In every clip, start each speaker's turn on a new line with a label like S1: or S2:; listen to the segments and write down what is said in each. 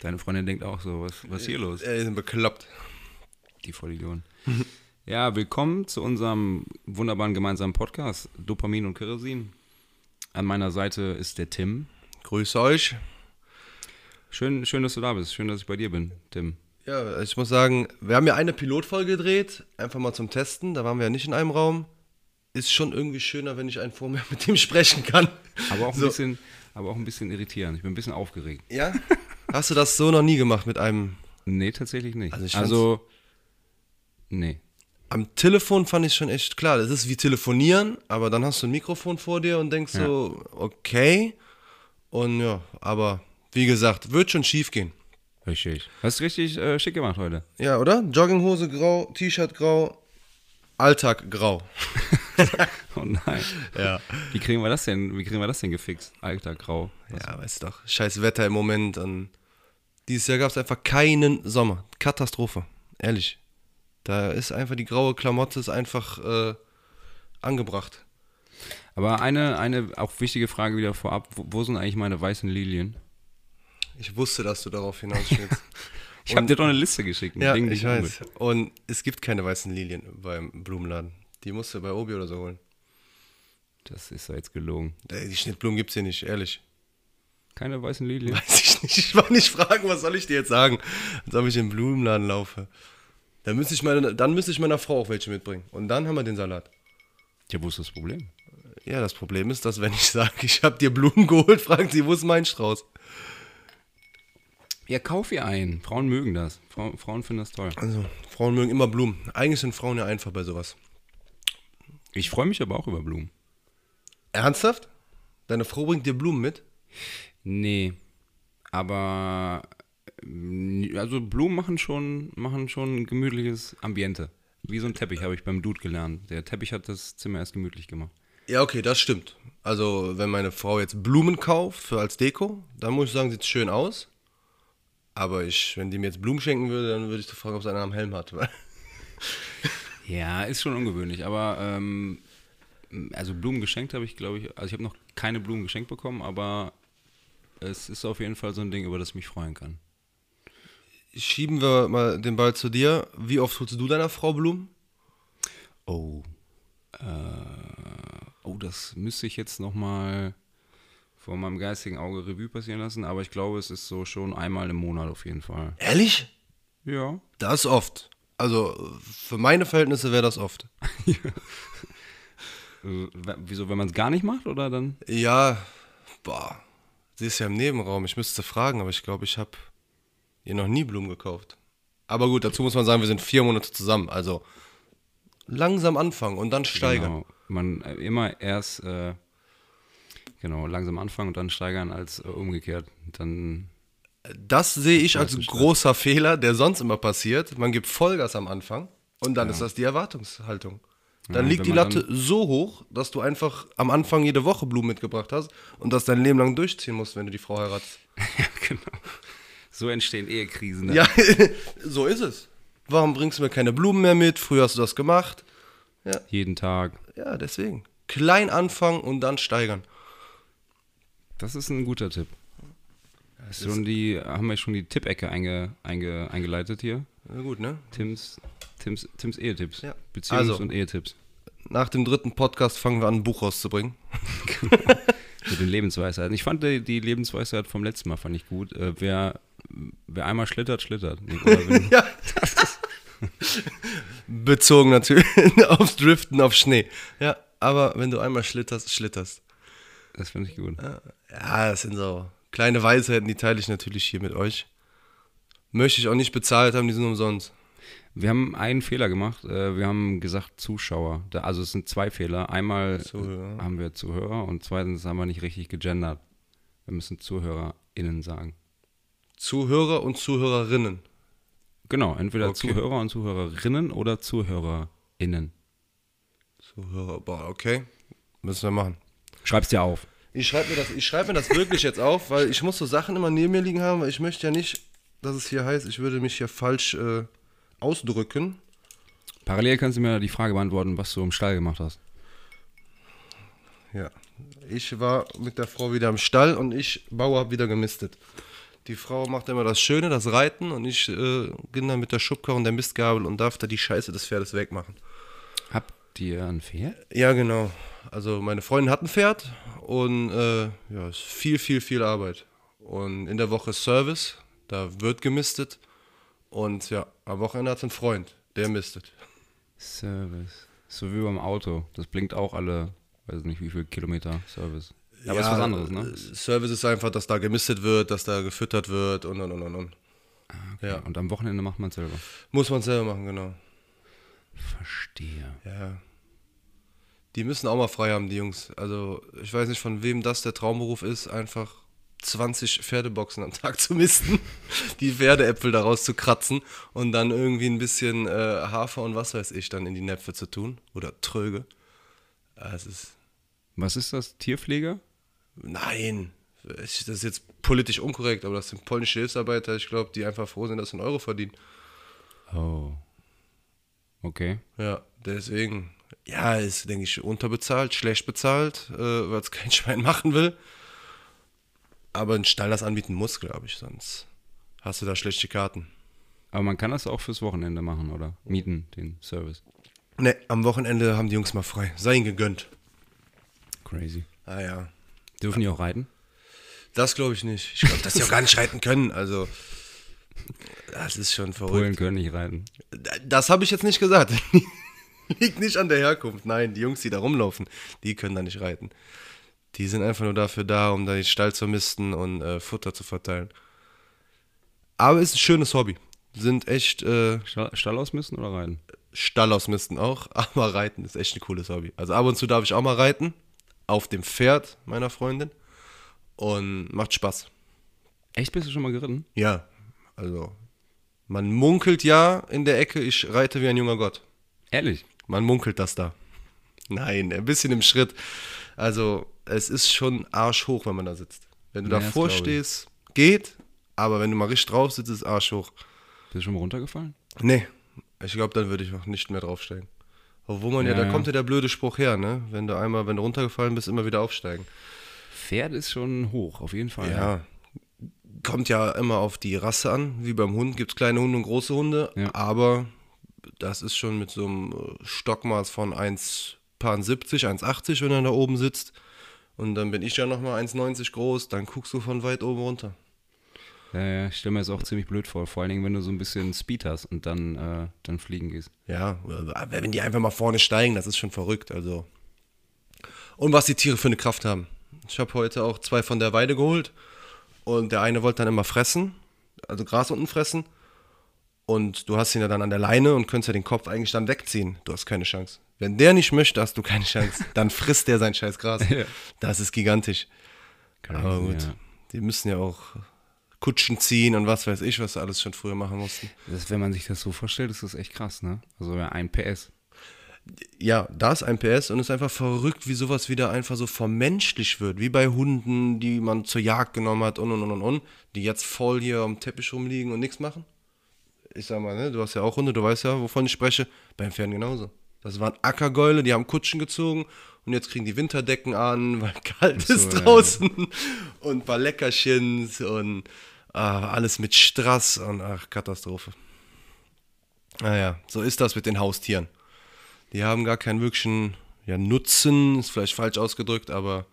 S1: Deine Freundin denkt auch so, was, was ist hier los?
S2: Ey, die Äh, sind bekloppt.
S1: Die Vollidioten. ja, willkommen zu unserem wunderbaren gemeinsamen Podcast Dopamin und Kerosin. An meiner Seite ist der Tim.
S2: Grüß euch.
S1: Schön, schön, dass du da bist. Schön, dass ich bei dir bin, Tim.
S2: Ja, ich muss sagen, wir haben ja eine Pilotfolge gedreht, einfach mal zum Testen. Da waren wir ja nicht in einem Raum. Ist schon irgendwie schöner, wenn ich einen vor mir mit dem sprechen kann.
S1: Aber auch ein
S2: So.
S1: bisschen, aber auch ein bisschen irritierend. Ich bin ein bisschen aufgeregt.
S2: Ja? Hast du das so noch nie gemacht mit einem?
S1: Nee, tatsächlich nicht.
S2: Also ich
S1: also nee.
S2: Am Telefon fand ich schon echt klar. Das ist wie telefonieren, aber dann hast du ein Mikrofon vor dir und denkst so, okay. Und ja, aber wie gesagt, wird schon schief gehen.
S1: Richtig. Hast richtig äh, schick gemacht heute.
S2: Ja, oder? Jogginghose grau, T-Shirt grau, Alltag grau.
S1: Oh nein.
S2: Ja.
S1: Wie kriegen wir das denn? Wie kriegen wir das denn gefixt? Alter Grau.
S2: Ja, weißt doch. Scheiß Wetter im Moment. Und dieses Jahr gab es einfach keinen Sommer. Katastrophe. Ehrlich. Da ist einfach die graue Klamotte ist einfach äh, angebracht.
S1: Aber eine, eine auch wichtige Frage wieder vorab. Wo, wo sind eigentlich meine weißen Lilien?
S2: Ich wusste, dass du darauf hinaus willst.
S1: Ich habe dir doch eine Liste geschickt. mit
S2: ja,
S1: Dingen, die
S2: ich
S1: haben will.
S2: weiß. Und es gibt keine weißen Lilien beim Blumenladen. Die musst du bei Obi oder so holen. Äh,
S1: Das ist ja jetzt gelogen.
S2: Die Schnittblumen gibt's hier nicht, ehrlich.
S1: Keine weißen Lilien.
S2: Weiß ich nicht. Ich war nicht fragen, was soll ich dir jetzt sagen, als ob ich in den Blumenladen laufe. Dann müsste, ich meine, dann müsste ich meiner Frau auch welche mitbringen. Und dann haben wir den Salat.
S1: Ja, wo ist das Problem?
S2: Ja, das Problem ist, dass wenn ich sage, ich habe dir Blumen geholt, fragt sie, wo ist mein Strauß?
S1: Ja, kauf ihr einen. Frauen mögen das. Frau, Frauen finden das toll.
S2: Also, Frauen mögen immer Blumen. Eigentlich sind Frauen ja einfach bei sowas.
S1: Ich freue mich aber auch über Blumen.
S2: Ernsthaft? Deine Frau bringt dir Blumen mit?
S1: Nee. Aber ähm, also Blumen machen schon, machen schon ein gemütliches Ambiente. Wie so ein Teppich habe ich beim Dude gelernt. Der Teppich hat das Zimmer erst gemütlich gemacht.
S2: Ja, okay, das stimmt. Also, wenn meine Frau jetzt Blumen kauft für als Deko, dann muss ich sagen, sieht schön aus. Aber ich, wenn die mir jetzt Blumen schenken würde, dann würde ich doch fragen, ob es einer am Helm hat. Weil
S1: Ja, ist schon ungewöhnlich, aber ähm, also Blumen geschenkt habe ich, glaube ich, also ich habe noch keine Blumen geschenkt bekommen, aber es ist auf jeden Fall so ein Ding, über das ich mich freuen kann.
S2: Schieben wir mal den Ball zu dir. Wie oft holst du deiner Frau Blumen?
S1: Oh. Äh, oh, das müsste ich jetzt nochmal vor meinem geistigen Auge Revue passieren lassen, aber ich glaube, es ist so schon einmal im Monat auf jeden Fall.
S2: Ehrlich?
S1: Ja.
S2: Das ist oft. Also für meine Verhältnisse wäre das oft.
S1: Äh, w- wieso, wenn man es gar nicht macht oder dann?
S2: Ja, boah. Sie ist ja im Nebenraum. Ich müsste fragen, aber ich glaube, ich habe ihr noch nie Blumen gekauft. Aber gut, dazu muss man sagen, wir sind vier Monate zusammen. Also langsam anfangen und dann steigern.
S1: Genau. Man äh, immer erst äh, genau langsam anfangen und dann steigern als äh, umgekehrt. Dann
S2: Das sehe ich als großer Fehler, der sonst immer passiert. Man gibt Vollgas am Anfang und dann ist das die Erwartungshaltung. Dann
S1: Ja,
S2: liegt
S1: wenn
S2: die
S1: man
S2: Latte so hoch, dass du einfach am Anfang jede Woche Blumen mitgebracht hast und das dein Leben lang durchziehen musst, wenn du die Frau heiratest.
S1: ja, genau. So entstehen Ehekrisen. ne?
S2: Ja, so ist es. Warum bringst du mir keine Blumen mehr mit? Früher hast du das gemacht.
S1: Jeden Tag.
S2: Ja, deswegen. Klein anfangen und dann steigern.
S1: Das ist ein guter Tipp. Ist schon die, haben wir schon die Tippecke einge, einge, eingeleitet hier.
S2: Na gut, ne?
S1: Tims, Tims, Tims Ehetipps.
S2: Ja.
S1: Beziehungs-
S2: Also.
S1: und Ehetipps.
S2: Nach dem dritten Podcast fangen wir an, ein Buch rauszubringen.
S1: Mit den Lebensweisheiten. Ich fand die, die Lebensweisheit vom letzten Mal fand ich gut. Äh, wer, wer einmal schlittert, schlittert. Nee, Oder wenn,
S2: Ja. Bezogen natürlich aufs Driften auf Schnee. Ja, aber wenn du einmal schlitterst, schlitterst.
S1: das finde ich gut.
S2: Ja, das sind so kleine Weisheiten, die teile ich natürlich hier mit euch. Möchte ich auch nicht bezahlt haben, die sind umsonst.
S1: Wir haben einen Fehler gemacht. Äh, wir haben gesagt Zuschauer. Da, also es sind zwei Fehler. Einmal
S2: Zuhörer.
S1: äh, haben wir Zuhörer und zweitens haben wir nicht richtig gegendert. Wir müssen ZuhörerInnen sagen.
S2: Zuhörer und Zuhörerinnen.
S1: Genau, entweder
S2: Okay.
S1: Zuhörer und Zuhörerinnen oder ZuhörerInnen.
S2: Zuhörer, boah, okay. Müssen wir machen.
S1: Schreib's dir auf.
S2: Ich schreibe mir, das- ich schreib mir das wirklich jetzt auf, weil ich muss so Sachen immer neben mir liegen haben, weil ich möchte ja nicht, dass es hier heißt, ich würde mich hier falsch äh, ausdrücken.
S1: Parallel kannst du mir die Frage beantworten, was du im Stall gemacht hast.
S2: Ja, Ich war mit der Frau wieder im Stall und ich, Bauer, habe wieder gemistet. Die Frau macht immer das Schöne, das Reiten und ich äh, bin dann mit der Schubkarre und der Mistgabel und darf da die Scheiße des Pferdes wegmachen.
S1: Habt ihr ein Pferd?
S2: Ja, genau. Also meine Freundin hat ein Pferd und äh, ja, ist viel, viel, viel Arbeit. Und in der Woche ist Service, da wird gemistet. Und ja, am Wochenende hat sie einen Freund, der mistet.
S1: Service. So wie beim Auto. Das blinkt auch alle, weiß nicht wie viel Kilometer Service. Aber
S2: ja,
S1: ist was anderes, ne?
S2: äh, Service ist einfach, dass da gemistet wird, dass da gefüttert wird und und und und. und. Ja.
S1: Und am Wochenende macht man es selber.
S2: Muss man selber machen, genau.
S1: Verstehe.
S2: Ja. Die müssen auch mal frei haben, die Jungs. Also, ich weiß nicht, von wem das der Traumberuf ist, einfach 20 Pferdeboxen am Tag zu misten, die Pferdeäpfel daraus zu kratzen und dann irgendwie ein bisschen äh, Hafer und was weiß ich dann in die Näpfe zu tun. Oder Tröge. Ah, Es ist.
S1: Was ist das? Tierpfleger?
S2: Nein. Ich, das ist jetzt politisch unkorrekt, aber das sind polnische Hilfsarbeiter, ich glaube, die einfach froh sind, dass sie einen Euro verdienen.
S1: Oh. Okay.
S2: Ja, deswegen. Ja, ist, denke ich, unterbezahlt, schlecht bezahlt, äh, weil es kein Schwein machen will. Aber ein Stall das anbieten muss, glaube ich, sonst hast du da schlechte Karten.
S1: Aber man kann das auch fürs Wochenende machen, oder? Mieten, den Service.
S2: Ne, am Wochenende haben die Jungs mal frei. Sei ihnen gegönnt.
S1: Crazy.
S2: Ah ja.
S1: Dürfen die auch reiten?
S2: Das glaube ich nicht. Ich glaube, dass die auch gar nicht reiten können. Also, das ist schon verrückt.
S1: Polen können nicht reiten.
S2: Das habe ich jetzt nicht gesagt. Liegt nicht an der Herkunft. Nein, die Jungs, die da rumlaufen, die können da nicht reiten. Die sind einfach nur dafür da, um da den Stall zu misten und äh, Futter zu verteilen. Aber ist ein schönes Hobby. Sind echt äh,
S1: Stall, Stall aus müssen oder reiten?
S2: Stall ausmisten auch, aber reiten ist echt ein cooles Hobby. Also ab und zu darf ich auch mal reiten. Auf dem Pferd meiner Freundin. Und macht Spaß.
S1: Echt, bist du schon mal geritten?
S2: Ja, also man munkelt ja in der Ecke, ich reite wie ein junger Gott.
S1: Ehrlich?
S2: Man munkelt das da. Nein, ein bisschen im Schritt. Also, es ist schon arschhoch, wenn man da sitzt. Wenn du
S1: Ja, das
S2: davor
S1: glaub ich.
S2: stehst, geht, aber wenn du mal richtig drauf sitzt, ist arschhoch.
S1: Bist du schon mal runtergefallen?
S2: Nee, ich glaube, dann würde ich auch nicht mehr draufsteigen. Obwohl man ja,
S1: Ja,
S2: da
S1: ja.
S2: kommt ja der blöde Spruch her, ne? Wenn du einmal, wenn du runtergefallen bist, immer wieder aufsteigen.
S1: Pferd ist schon hoch, auf jeden Fall.
S2: Ja. Kommt ja immer auf die Rasse an. Wie beim Hund gibt es kleine Hunde und große Hunde.
S1: Ja.
S2: Aber das ist schon mit so einem äh, Stockmaß von 1,70, 1,80, wenn er da oben sitzt. Und dann bin ich ja nochmal 1,90 groß. Dann guckst du von weit oben runter.
S1: Ja, ja, ich stelle mir das auch ziemlich blöd vor. Vor allen Dingen, wenn du so ein bisschen Speed hast und dann, äh, dann fliegen gehst.
S2: Ja, aber wenn die einfach mal vorne steigen, das ist schon verrückt. Also. Und was die Tiere für eine Kraft haben. Ich habe heute auch zwei von der Weide geholt. Und der eine wollte dann immer fressen, also Gras unten fressen. Und du hast ihn ja dann an der Leine und könntest ja den Kopf eigentlich dann wegziehen. Du hast keine Chance. Wenn der nicht möchte, hast du keine Chance. Dann frisst der sein scheiß Gras.
S1: Ja.
S2: Das ist gigantisch. Aber gut,
S1: Ja.
S2: die müssen ja auch Kutschen ziehen und was weiß ich, was sie alles schon früher machen mussten.
S1: Das, wenn man sich das so vorstellt, ist das echt krass, ne? Also ja, ein PS.
S2: ja, da ist ein PS und es ist einfach verrückt, wie sowas wieder einfach so vermenschlich wird, wie bei Hunden, die man zur Jagd genommen hat und und und und und, die jetzt voll hier am Teppich rumliegen und nichts machen. Ich sag mal, ne, du hast ja auch Hunde, du weißt ja, wovon ich spreche. Beim Pferden genauso. Das waren Ackergäule, die haben Kutschen gezogen und jetzt kriegen die Winterdecken an, weil kalt ist
S1: ja,
S2: draußen und ein paar Leckerchens und ah, alles mit Strass und ach, Katastrophe. Naja, so ist das mit den Haustieren. Die haben gar keinen wirklichen ja, Nutzen, ist vielleicht falsch ausgedrückt, aber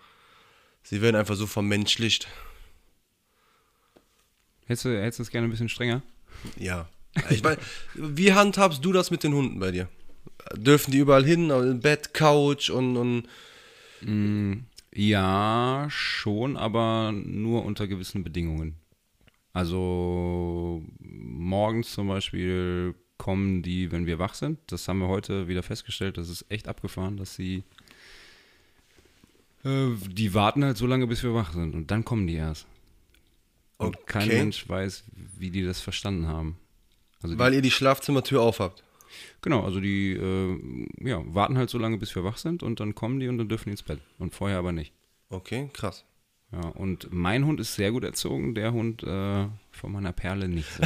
S2: sie werden einfach so vermenschlicht.
S1: Hättest du, hättest du das gerne ein bisschen strenger?
S2: Ja. Ich meine, wie handhabst du das mit den Hunden bei dir? Dürfen die überall hin? Bett, Couch und, und
S1: Ja, schon, aber nur unter gewissen Bedingungen. Also morgens zum Beispiel kommen die, wenn wir wach sind. Das haben wir heute wieder festgestellt. Das ist echt abgefahren, dass sie. Äh, die warten halt so lange, bis wir wach sind. Und dann kommen die erst. Und kein
S2: Okay.
S1: Mensch weiß, wie die das verstanden haben. Also die,
S2: weil ihr die Schlafzimmertür aufhabt.
S1: genau, also die äh, ja, warten halt so lange, bis wir wach sind. Und dann kommen die und dann dürfen die ins Bett. Und vorher aber nicht.
S2: Okay, krass.
S1: Ja, und mein Hund ist sehr gut erzogen, der Hund äh, von meiner Perle nicht so.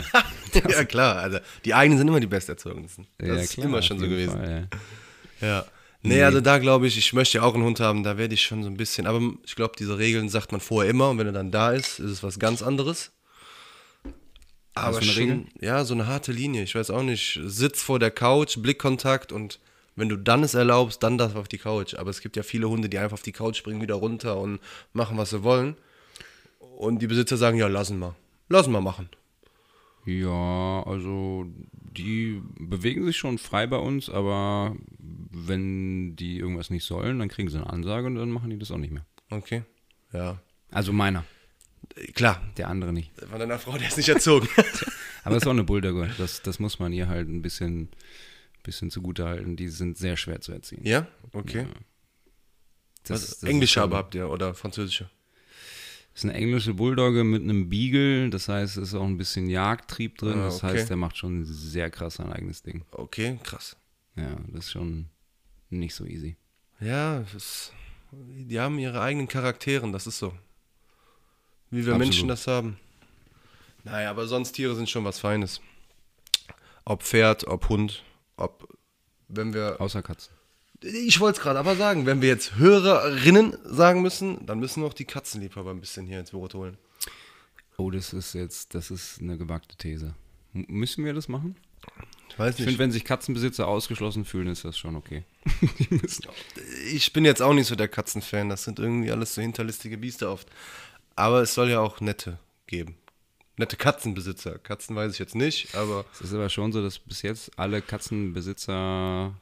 S2: ja, klar. Also, die eigenen sind immer die besterzogensten. Das
S1: Ja,
S2: ist
S1: klar,
S2: immer
S1: auf
S2: schon so
S1: jeden
S2: gewesen.
S1: Fall, ja.
S2: Ja. Nee, also da glaube ich, ich möchte ja auch einen Hund haben, da werde ich schon so ein bisschen, aber ich glaube, diese Regeln sagt man vorher immer und wenn er dann da ist, ist es was ganz anderes. Aber
S1: du eine Regel?
S2: schon, ja, so eine harte Linie, ich weiß auch nicht, Sitz vor der Couch, Blickkontakt und wenn du dann es erlaubst, dann darf auf die Couch, aber es gibt ja viele Hunde, die einfach auf die Couch springen, wieder runter und machen, was sie wollen. Und die Besitzer sagen, ja, lassen wir. Lassen wir machen.
S1: Ja, also die bewegen sich schon frei bei uns, aber wenn die irgendwas nicht sollen, dann kriegen sie eine Ansage und dann machen die das auch nicht mehr.
S2: Okay. Ja.
S1: Also meiner,
S2: Klar,
S1: der andere nicht.
S2: von deiner Frau, der ist nicht erzogen.
S1: Aber es ist auch eine Bulldogge. Das, das muss man ihr halt ein bisschen, bisschen zugutehalten. Die sind sehr schwer zu erziehen.
S2: ja? Okay.
S1: Das,
S2: Was,
S1: das
S2: Englische
S1: ist,
S2: aber habt ihr oder französische?
S1: ist eine englische Bulldogge mit einem Beagle. Das heißt, es ist auch ein bisschen Jagdtrieb drin.
S2: Ah,
S1: Das
S2: okay.
S1: heißt, der macht schon sehr krass sein eigenes Ding.
S2: Okay, krass.
S1: Ja, das ist schon nicht so easy.
S2: Ja, es, die haben ihre eigenen Charakteren, das ist so. Wie wir
S1: Absolut.
S2: Menschen das haben. Naja, aber sonst Tiere sind schon was Feines. Ob Pferd, ob Hund, ob wenn wir.
S1: Außer Katzen.
S2: Ich wollte es gerade aber sagen, wenn wir jetzt Hörerinnen sagen müssen, dann müssen wir auch die Katzenliebhaber ein bisschen hier ins Boot holen.
S1: Oh, das ist jetzt, das ist eine gewagte These. M müssen wir das machen?
S2: Ich weiß
S1: Ich
S2: nicht.
S1: finde, wenn sich Katzenbesitzer ausgeschlossen fühlen, ist das schon okay.
S2: ich bin jetzt auch nicht so der Katzenfan. Das sind irgendwie alles so hinterlistige Biester oft. Aber es soll ja auch nette geben. Nette Katzenbesitzer. Katzen weiß ich jetzt nicht, aber
S1: Es ist aber schon so, dass bis jetzt alle Katzenbesitzer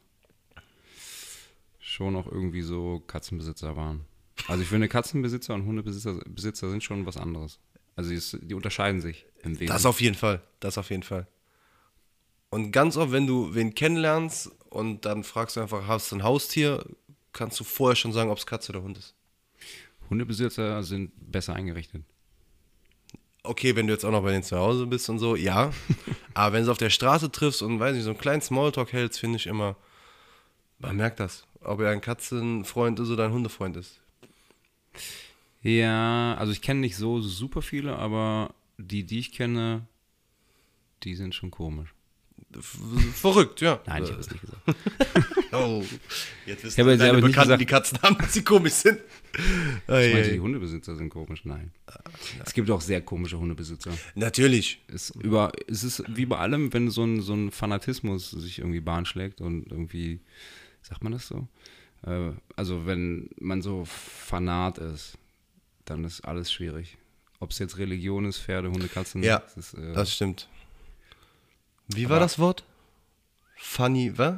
S1: schon auch irgendwie so Katzenbesitzer waren. Also ich finde, Katzenbesitzer und Hundebesitzer Besitzer sind schon was anderes. Also die, ist, die unterscheiden sich im Wesen.
S2: das auf jeden Fall. Das auf jeden Fall. Und ganz oft, wenn du wen kennenlernst und dann fragst du einfach, hast du ein Haustier, kannst du vorher schon sagen, ob es Katze oder Hund ist.
S1: Hundebesitzer sind besser eingerichtet.
S2: Okay, wenn du jetzt auch noch bei denen zu Hause bist und so, ja. aber wenn du es auf der Straße triffst und weiß nicht, so einen kleinen Smalltalk hältst, finde ich immer, man merkt das. Ob er ein Katzenfreund ist oder ein Hundefreund ist.
S1: Ja, also ich kenne nicht so super viele, aber die, die ich kenne, die sind schon komisch.
S2: F- Verrückt, ja.
S1: Nein, ich habe
S2: Äh,
S1: es nicht gesagt.
S2: oh. Jetzt wissen
S1: Ich hab jetzt
S2: alle deine
S1: aber nicht
S2: Bekannten,
S1: gesagt-
S2: die Katzen haben, dass sie komisch sind.
S1: Ich
S2: Ei,
S1: meinte, die
S2: ei.
S1: Hundebesitzer sind komisch. Nein.
S2: Äh,
S1: Es gibt auch sehr komische Hundebesitzer.
S2: Natürlich.
S1: Es, über, es ist wie bei allem, wenn so ein, so ein Fanatismus sich irgendwie Bahn schlägt und irgendwie, sagt man das so? Äh, also wenn man so Fanat ist, dann ist alles schwierig. Ob es jetzt Religion ist, Pferde, Hunde, Katzen.
S2: Ja,
S1: es ist, äh,
S2: Das stimmt. Wie war
S1: Aber-
S2: das Wort? Funny, was?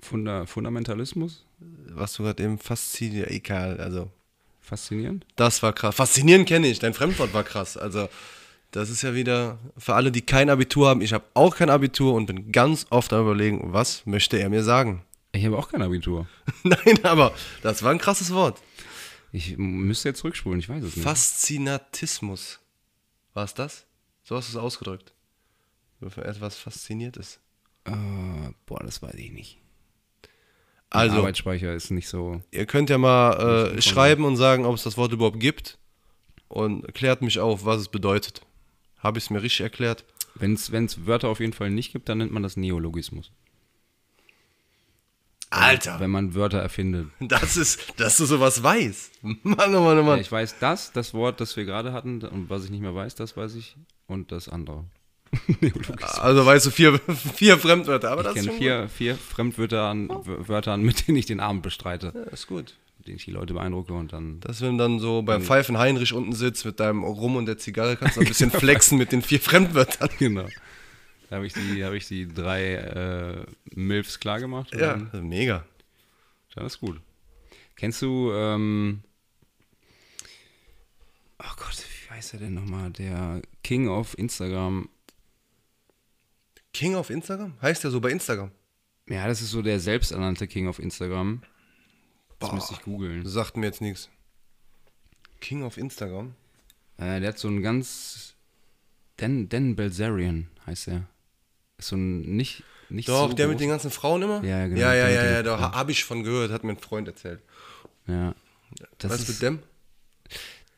S1: Funda Fundamentalismus,
S2: Was du gerade eben faszinierend, egal, also
S1: faszinierend.
S2: Das war krass. Faszinierend kenne ich. Dein Fremdwort war krass. Also, das ist ja wieder für alle, die kein Abitur haben. Ich habe auch kein Abitur und bin ganz oft am Überlegen, was möchte er mir sagen?
S1: Ich habe auch kein Abitur.
S2: Nein, aber das war ein krasses Wort.
S1: Ich m- müsste jetzt zurückspulen, ich weiß es
S2: Hm.
S1: nicht.
S2: Faszinatismus. War es das? So hast du es ausgedrückt. Wenn man etwas fasziniert ist.
S1: Äh, boah, das weiß ich nicht.
S2: Also,
S1: Arbeitsspeicher ist nicht so.
S2: ihr könnt ja mal äh, schreiben und sagen, ob es das Wort überhaupt gibt. Und klärt mich auf, was es bedeutet. Habe ich es mir richtig erklärt?
S1: Wenn es Wörter auf jeden Fall nicht gibt, dann nennt man das Neologismus.
S2: Alter!
S1: Wenn man Wörter erfindet.
S2: Das ist, dass du sowas weißt. Mann, oh Mann, oh
S1: Ja,
S2: Mann.
S1: ich weiß das, das Wort, das wir gerade hatten, und was ich nicht mehr weiß, das weiß ich. Und das andere. Neologismus.
S2: Also weißt du vier, vier Fremdwörter, aber das
S1: Ich
S2: ist
S1: kenne
S2: schon
S1: vier, vier Fremdwörter, an, Wör- Wörtern, mit denen ich den Abend bestreite,
S2: gut. Ja, ist gut.
S1: mit denen ich die Leute beeindrucke und dann.
S2: Dass wenn dann so beim Pfeifen Heinrich unten sitzt mit deinem Rum und der Zigarre, kannst du ein bisschen flexen mit den vier Fremdwörtern.
S1: Genau. Da habe ich, die- hab ich die drei äh, Milfs klar gemacht. und
S2: Ja,
S1: Dann,
S2: mega.
S1: dann ist gut. Kennst du. Ähm, oh Gott, wie heißt er denn nochmal? Der King of Instagram.
S2: King auf Instagram? Heißt der so bei Instagram?
S1: Ja, das ist so der selbsternannte King auf Instagram. Das
S2: Boah.
S1: müsste ich googeln.
S2: Sagt mir jetzt nichts. King auf Instagram?
S1: Äh, der hat so einen ganz. Dan, Dan Belzerian heißt er. Ist so ein nicht. nicht
S2: Doch,
S1: so
S2: der
S1: groß.
S2: mit den ganzen Frauen immer?
S1: Ja, ja, genau,
S2: Ja, ja,
S1: der mit
S2: ja,
S1: den-
S2: ja, da ha- hab ich von gehört, hat mir ein Freund erzählt.
S1: Ja. Das
S2: Was
S1: ist,
S2: mit dem?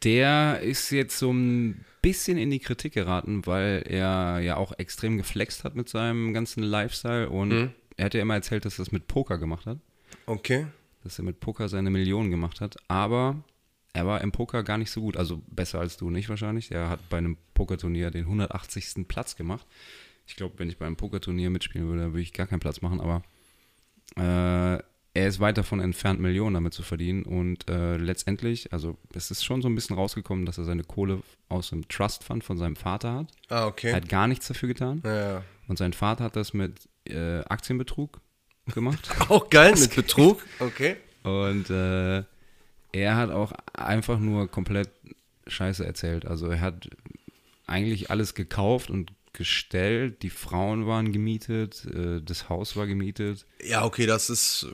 S1: der ist jetzt so ein bisschen in die Kritik geraten, weil er ja auch
S2: Mhm.
S1: extrem geflext hat mit seinem ganzen Lifestyle und er hat ja immer erzählt, dass er das mit Poker gemacht hat.
S2: Okay.
S1: dass er mit Poker seine Millionen gemacht hat. Aber er war im Poker gar nicht so gut. Also besser als du nicht wahrscheinlich. Er hat bei einem Pokerturnier den 180. Platz gemacht. Ich glaube, wenn ich bei einem Pokerturnier mitspielen würde, würde ich gar keinen Platz machen. Aber äh, er ist weit davon entfernt, Millionen damit zu verdienen. Und äh, letztendlich, also es ist schon so ein bisschen rausgekommen, dass er seine Kohle aus dem Trust Fund von seinem Vater hat.
S2: Ah,
S1: Er
S2: okay.
S1: hat gar nichts dafür getan.
S2: Ja.
S1: Und sein Vater hat das mit äh, Aktienbetrug gemacht.
S2: Auch geil mit Betrug. Okay.
S1: Und äh, er hat auch einfach nur komplett Scheiße erzählt. Also er hat eigentlich alles gekauft und gestellt. Die Frauen waren gemietet, äh, das Haus war gemietet.
S2: Ja, okay, das ist,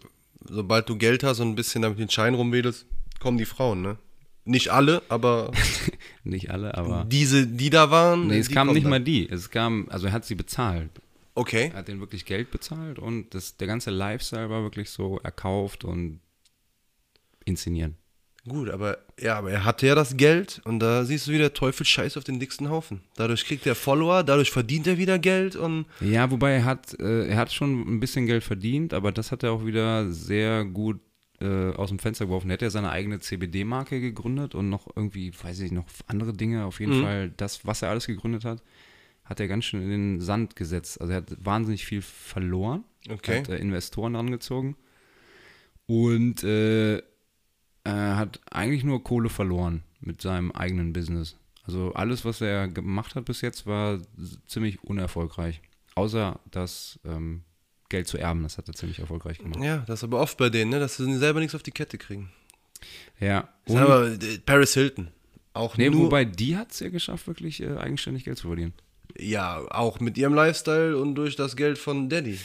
S2: sobald du Geld hast und ein bisschen damit den Schein rumwedelst, kommen die Frauen, ne? Nicht alle, aber
S1: Nicht alle, aber.
S2: diese, die da waren.
S1: Nee, es
S2: die
S1: kamen
S2: kommen
S1: nicht
S2: dann.
S1: mal die. Es kam, also er hat sie bezahlt.
S2: Okay.
S1: Er hat denen wirklich Geld bezahlt und das, der ganze Lifestyle war wirklich so erkauft und inszenieren.
S2: Gut, aber ja, aber er hatte ja das Geld und da siehst du wieder Teufel scheiß auf den dicksten Haufen. Dadurch kriegt er Follower, dadurch verdient er wieder Geld und
S1: Ja, wobei er hat, äh, er hat schon ein bisschen Geld verdient, aber das hat er auch wieder sehr gut äh, aus dem Fenster geworfen. Er hat ja seine eigene CBD-Marke gegründet und noch irgendwie, weiß ich, noch andere Dinge. Auf jeden Fall, das, was er alles gegründet hat, hat er ganz schön in den Sand gesetzt. Also er hat wahnsinnig viel verloren.
S2: Okay.
S1: Hat äh, Investoren angezogen und äh, er hat eigentlich nur Kohle verloren mit seinem eigenen Business. Also alles, was er gemacht hat bis jetzt, war s- ziemlich unerfolgreich. Außer das ähm, Geld zu erben, das hat er ziemlich erfolgreich gemacht.
S2: ja, das ist aber oft bei denen, ne, dass sie selber nichts auf die Kette kriegen.
S1: Ja.
S2: Das
S1: Und,
S2: ist aber äh, Paris Hilton. Auch
S1: nee,
S2: nur,
S1: wobei die hat es ja geschafft, wirklich äh, eigenständig Geld zu verdienen.
S2: ja, auch mit ihrem Lifestyle und durch das Geld von Daddy.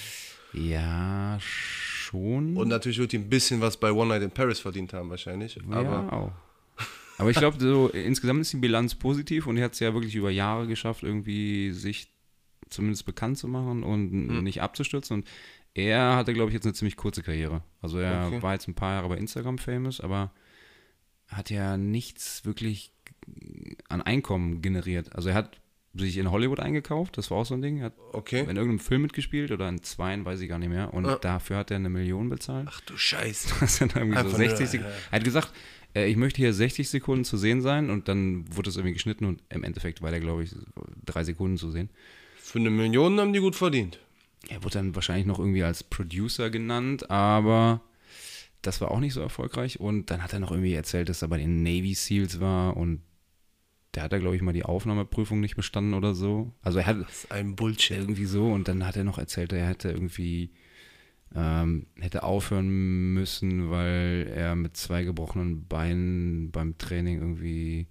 S1: Ja, schon.
S2: Und natürlich wird die ein bisschen was bei One Night in Paris verdient haben wahrscheinlich. Aber
S1: ja, auch. Aber ich glaube, so insgesamt ist die Bilanz positiv und er hat es ja wirklich über Jahre geschafft, irgendwie sich zumindest bekannt zu machen und
S2: Mhm.
S1: nicht abzustürzen. Und er hatte, glaube ich, jetzt eine ziemlich kurze Karriere. Also er
S2: Okay.
S1: war jetzt ein paar Jahre bei Instagram famous, aber hat ja nichts wirklich an Einkommen generiert. Also er hat sich in Hollywood eingekauft, das war auch so ein Ding. Er hat
S2: okay.
S1: in irgendeinem Film mitgespielt oder in zweien, weiß ich gar nicht mehr. Und
S2: Ah.
S1: dafür hat er eine Million bezahlt.
S2: Ach du Scheiße.
S1: Das sind irgendwie
S2: Einfach
S1: so
S2: nur,
S1: 60 Sekunden.
S2: ja.
S1: Er hat gesagt, äh, ich möchte hier 60 Sekunden zu sehen sein und dann wurde es irgendwie geschnitten und im Endeffekt war der, glaube ich, drei Sekunden zu sehen.
S2: Für eine Million haben die gut verdient.
S1: Er wurde dann wahrscheinlich noch irgendwie als Producer genannt, aber das war auch nicht so erfolgreich. Und dann hat er noch irgendwie erzählt, dass er bei den Navy SEALs war und der hat da, glaube ich, mal die Aufnahmeprüfung nicht bestanden oder so. Also er hat,
S2: Das ist ein Bullshit.
S1: irgendwie so und dann hat er noch erzählt, er hätte irgendwie ähm, hätte aufhören müssen, weil er mit zwei gebrochenen Beinen beim Training irgendwie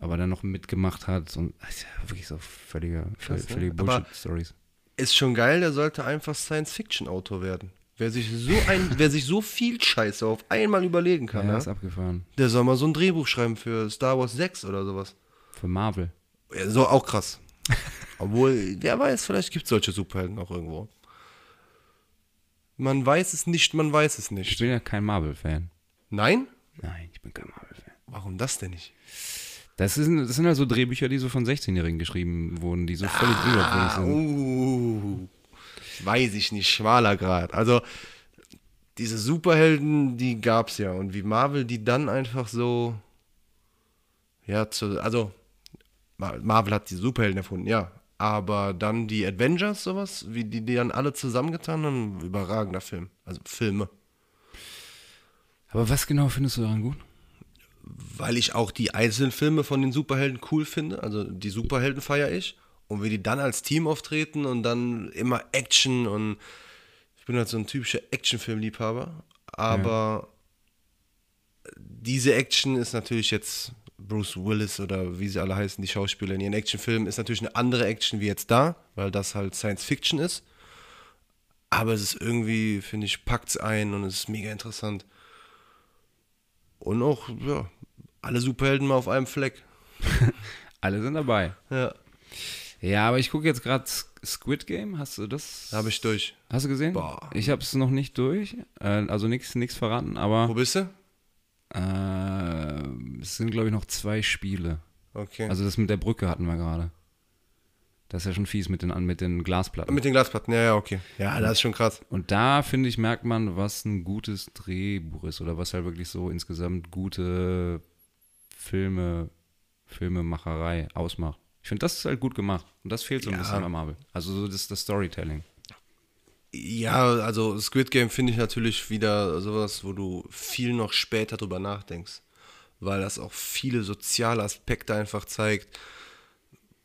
S1: aber dann noch mitgemacht hat und das ist ja wirklich so völlige,
S2: Krass, ne?
S1: völlige
S2: Aber-
S1: Bullshit-Stories.
S2: Ist schon geil, der sollte einfach Science-Fiction-Autor werden. Wer sich, so ein, wer sich so viel Scheiße auf einmal überlegen
S1: Ja,
S2: kann, ne?
S1: ist abgefahren.
S2: der soll mal so ein Drehbuch schreiben für Star Wars 6 oder sowas.
S1: Für Marvel.
S2: Ja, so auch krass. Obwohl, wer weiß, vielleicht gibt es solche Superhelden auch irgendwo. Man weiß es nicht, man weiß es
S1: Ich
S2: nicht.
S1: bin ja kein Marvel-Fan.
S2: Nein?
S1: Nein, ich bin kein Marvel-Fan.
S2: Warum das denn nicht?
S1: Das, ist- das sind also Drehbücher, die so von 16-Jährigen geschrieben wurden, die so völlig unglaubwürdig sind.
S2: Uh, weiß ich nicht, schmaler Grad. Also, diese Superhelden, die gab's ja. Und wie Marvel die dann einfach so. Ja, zu, also, Mar- Marvel hat die Superhelden erfunden, ja. Aber dann die Avengers, sowas, wie die, die dann alle zusammengetan haben, überragender Film. Also Filme.
S1: Aber was genau findest du daran gut?
S2: weil ich auch die einzelnen Filme von den Superhelden cool finde. Also die Superhelden feiere ich. Und wie die dann als Team auftreten und dann immer Action und ich bin halt so ein typischer Actionfilmliebhaber. Aber diese Action ist natürlich jetzt Bruce Willis oder wie sie alle heißen, die Schauspieler in ihren Actionfilmen, ist natürlich eine andere Action wie jetzt da, weil das halt Science Fiction ist. Aber es ist irgendwie, finde ich, packt's ein und es ist mega interessant. Und auch, ja, alle Superhelden mal auf einem Fleck.
S1: Alle sind dabei.
S2: Ja,
S1: Ja, aber ich gucke jetzt gerade Squid Game. Hast du das?
S2: habe ich durch.
S1: Hast du gesehen?
S2: Boah.
S1: Ich habe es noch nicht durch. Äh, also nichts nix verraten, aber
S2: Wo bist du?
S1: äh, es sind, glaube ich, noch zwei Spiele.
S2: Okay.
S1: Also das mit der Brücke hatten wir gerade. Das ist ja schon fies mit den, an- mit den Glasplatten.
S2: Ah, Mit den Glasplatten, ja, ja, okay. Ja, das ist schon krass.
S1: Und da, finde ich, merkt man, was ein gutes Drehbuch ist oder was halt wirklich so insgesamt gute Filme, Filmemacherei ausmacht. Ich finde, das ist halt gut gemacht. Und das fehlt so ein
S2: Ja.
S1: bisschen bei Marvel. Also so das, das Storytelling.
S2: Ja, also Squid Game finde ich natürlich wieder sowas, wo du viel noch später drüber nachdenkst. Weil das auch viele soziale Aspekte einfach zeigt.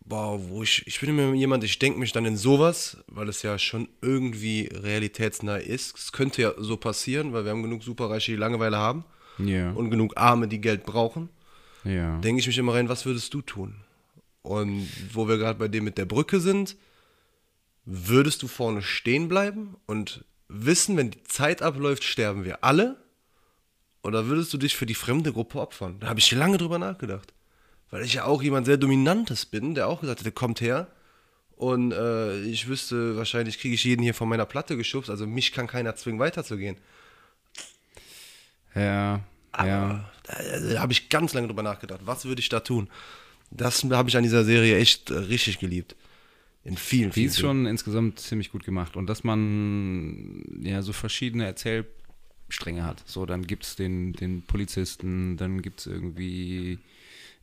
S2: Boah, wo ich, ich bin immer jemand, ich denke mich dann in sowas, weil es ja schon irgendwie realitätsnah ist. Es könnte ja so passieren, weil wir haben genug Superreiche, die Langeweile haben
S1: Ja.
S2: und genug Arme, die Geld brauchen.
S1: ja.
S2: denke ich mich immer rein, was würdest du tun? Und wo wir gerade bei dem mit der Brücke sind, würdest du vorne stehen bleiben und wissen, wenn die Zeit abläuft, sterben wir alle? Oder würdest du dich für die fremde Gruppe opfern? Da habe ich lange drüber nachgedacht. Weil ich ja auch jemand sehr Dominantes bin, der auch gesagt hätte, kommt her. Und äh, ich wüsste, wahrscheinlich kriege ich jeden hier von meiner Platte geschubst. Also mich kann keiner zwingen, weiterzugehen.
S1: ja. Ja.
S2: Da, also, da habe ich ganz lange drüber nachgedacht. Was würde ich da tun? Das habe ich an dieser Serie echt äh, richtig geliebt. In vielen,
S1: Die
S2: vielen.
S1: ist schon insgesamt ziemlich gut gemacht. Und dass man ja so verschiedene Erzählstränge hat. So, dann gibt es den, den Polizisten, dann gibt es irgendwie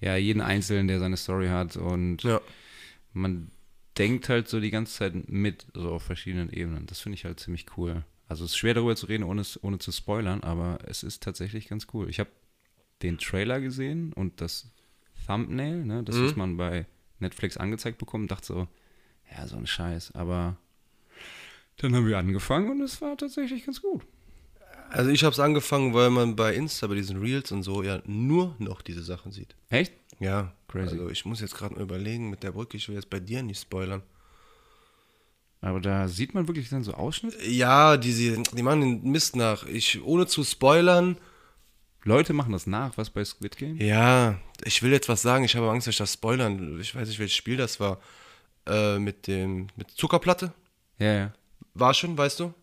S1: ja jeden Einzelnen, der seine Story hat und
S2: Ja.
S1: man denkt halt so die ganze Zeit mit, so auf verschiedenen Ebenen. Das finde ich halt ziemlich cool. Also es ist schwer darüber zu reden, ohne, es- ohne zu spoilern, aber es ist tatsächlich ganz cool. Ich habe den Trailer gesehen und das Thumbnail, ne, das,
S2: Mhm.
S1: was man bei Netflix angezeigt bekommt, dachte so, ja, so ein Scheiß, aber dann haben wir angefangen und es war tatsächlich ganz gut.
S2: Also ich habe es angefangen, weil man bei Insta, bei diesen Reels und so ja nur noch diese Sachen sieht.
S1: Echt?
S2: Ja,
S1: Crazy.
S2: Also ich muss jetzt gerade mal überlegen mit der Brücke. Ich will jetzt bei dir nicht spoilern.
S1: Aber da sieht man wirklich dann so Ausschnitte.
S2: Ja, die, sie- die machen den Mist nach. Ich, ohne zu spoilern,
S1: Leute machen das nach, was bei Squid Game?
S2: Ja, ich will jetzt was sagen, ich habe Angst, dass ich das spoilern. Ich weiß nicht, welches Spiel das war. Äh, mit dem, mit Zuckerplatte?
S1: Ja, ja.
S2: War schon, weißt du?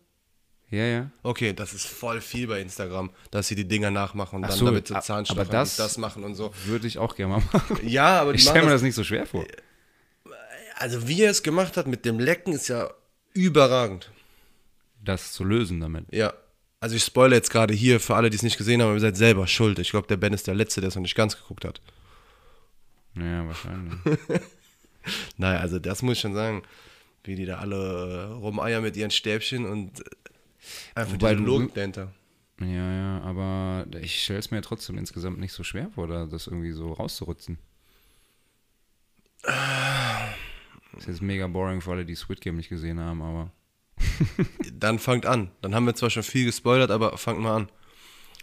S1: Ja, ja.
S2: Okay, das ist voll viel bei Instagram, dass sie die Dinger nachmachen und
S1: Ach
S2: dann
S1: so,
S2: damit so
S1: a-
S2: Zahnstocher
S1: aber das-
S2: und das machen und so.
S1: Würde ich auch gerne mal machen.
S2: Ja, aber die
S1: Ich
S2: machen
S1: stelle mir
S2: das,
S1: das nicht so schwer vor.
S2: Also wie er es gemacht hat mit dem Lecken ist ja überragend.
S1: das zu lösen damit.
S2: Ja. Also ich spoilere jetzt gerade hier für alle, die es nicht gesehen haben, aber ihr seid selber schuld. Ich glaube, der Ben ist der Letzte, der es noch nicht ganz geguckt hat.
S1: Ja, wahrscheinlich.
S2: Naja, also das muss ich schon sagen, wie die da alle äh, rumeiern mit ihren Stäbchen und äh, einfach
S1: Wobei
S2: diese
S1: du-
S2: Logik dahinter.
S1: ja, ja, aber ich stelle es mir ja trotzdem insgesamt nicht so schwer vor, da das irgendwie so rauszurutzen.
S2: Ah.
S1: Ist jetzt mega boring für alle, die Squid Game nicht gesehen haben, aber
S2: Dann fangt an. Dann haben wir zwar schon viel gespoilert, aber fangt mal an.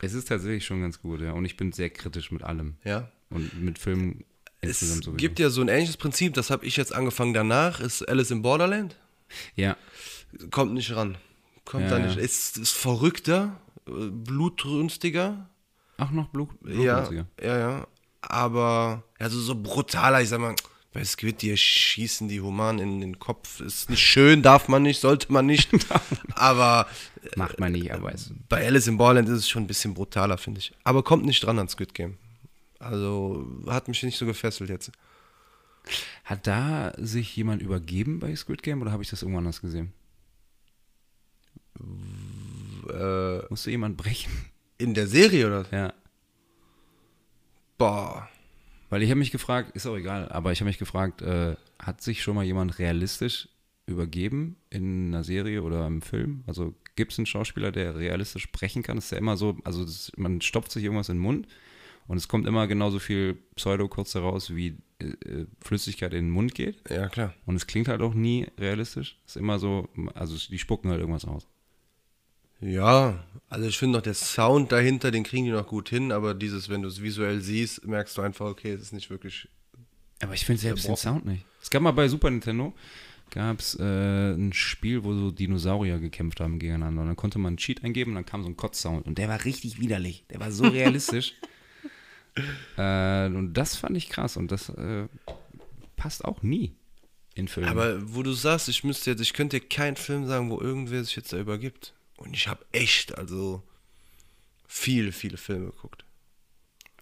S1: es ist tatsächlich schon ganz gut, ja. Und ich bin sehr kritisch mit allem.
S2: Ja.
S1: Und mit Filmen
S2: Es
S1: insgesamt sowieso.
S2: gibt ja so ein ähnliches Prinzip, das habe ich jetzt angefangen danach, ist Alice in Borderland.
S1: ja,
S2: Kommt nicht ran. Kommt
S1: Ja,
S2: da
S1: ja.
S2: nicht. Ist, ist verrückter, äh, blutrünstiger.
S1: auch noch Blut.
S2: Ja,
S1: Blutmütiger.
S2: ja, ja. Aber, also so brutaler, ich sag mal, bei Squid dir schießen die Humanen in den Kopf. Ist nicht schön, darf man nicht, sollte man nicht. aber
S1: Macht man nicht, aber es.
S2: bei Alice in Borderland ist es schon ein bisschen brutaler, finde ich. Aber kommt nicht dran an Squid Game. Also hat mich nicht so gefesselt jetzt.
S1: Hat da sich jemand übergeben bei Squid Game oder habe ich das irgendwo anders gesehen?
S2: Äh,
S1: Musste jemand brechen?
S2: in der Serie oder?
S1: Ja.
S2: Boah.
S1: Weil ich habe mich gefragt, ist auch egal, aber ich habe mich gefragt, äh, hat sich schon mal jemand realistisch übergeben in einer Serie oder im Film? Also gibt es einen Schauspieler, der realistisch sprechen kann? Das ist ja immer so, also das, man stopft sich irgendwas in den Mund und es kommt immer genauso viel Pseudo kurz heraus, wie äh, äh, Flüssigkeit in den Mund geht.
S2: Ja, klar.
S1: Und es klingt halt auch nie realistisch. Ist immer so, also die spucken halt irgendwas aus.
S2: Ja, also ich finde noch der Sound dahinter, den kriegen die noch gut hin, aber dieses, wenn du es visuell siehst, merkst du einfach, okay, es ist nicht wirklich
S1: Aber ich finde selbst den Sound nicht. Es gab mal bei Super Nintendo gab's, äh, ein Spiel, wo so Dinosaurier gekämpft haben gegeneinander. Und dann konnte man einen Cheat eingeben und dann kam so ein Kotzsound. Und der war richtig widerlich. Der war so realistisch. äh, und das fand ich krass. Und das äh, passt auch nie in Filme.
S2: Aber wo du sagst, ich müsste jetzt, ich könnte dir keinen Film sagen, wo irgendwer sich jetzt da übergibt. Und ich habe echt, also viele, viele Filme geguckt.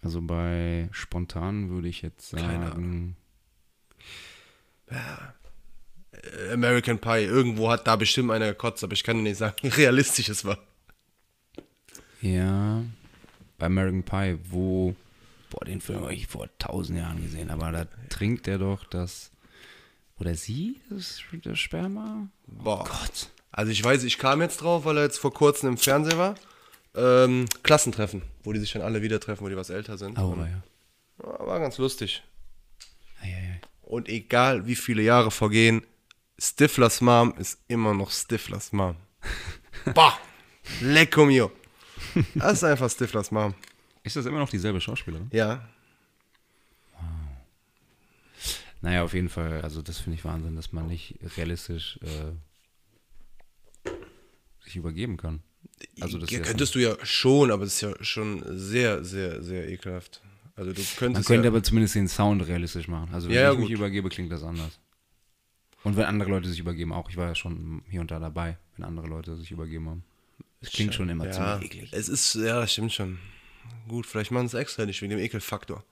S1: also bei Spontan würde ich jetzt
S2: Keine
S1: sagen,
S2: äh, American Pie. Irgendwo hat da bestimmt einer gekotzt, aber ich kann dir nicht sagen, wie realistisch es war.
S1: Ja. Bei American Pie, wo. Boah, den Film habe ich vor tausend Jahren gesehen, aber da trinkt er doch das. Oder sie? Das, das Sperma?
S2: Boah.
S1: Gott.
S2: Also ich weiß, ich kam jetzt drauf, weil er jetzt vor kurzem im Fernsehen war. Ähm, Klassentreffen, wo die sich dann alle wieder treffen, wo die was älter sind.
S1: Oh,
S2: Und,
S1: ja.
S2: ja, war ganz lustig.
S1: Ei, ei, ei.
S2: Und egal wie viele Jahre vergehen, Stiflers Mom ist immer noch Stiflers Mom. Bah! Lecco mio. Das ist einfach Stiflers Mom.
S1: Ist das immer noch dieselbe Schauspielerin?
S2: Ja.
S1: Naja, auf jeden Fall. Also, das finde ich Wahnsinn, dass man nicht realistisch äh, sich übergeben kann. Also, das
S2: ja,
S1: ist ja-
S2: könntest du ja schon, aber es ist ja schon sehr, sehr, sehr ekelhaft. Also du
S1: Man
S2: könntest
S1: könnte
S2: ja,
S1: aber zumindest den Sound realistisch machen. Also wenn
S2: Ja, ja,
S1: ich mich
S2: gut.
S1: übergebe, klingt das anders. Und wenn andere Leute sich übergeben, auch. Ich war ja schon hier und da dabei, wenn andere Leute sich übergeben haben. Es klingt schon immer
S2: ja,
S1: ziemlich eklig.
S2: es ist, ja, stimmt schon. Gut, vielleicht machen sie es extra nicht wegen dem Ekelfaktor.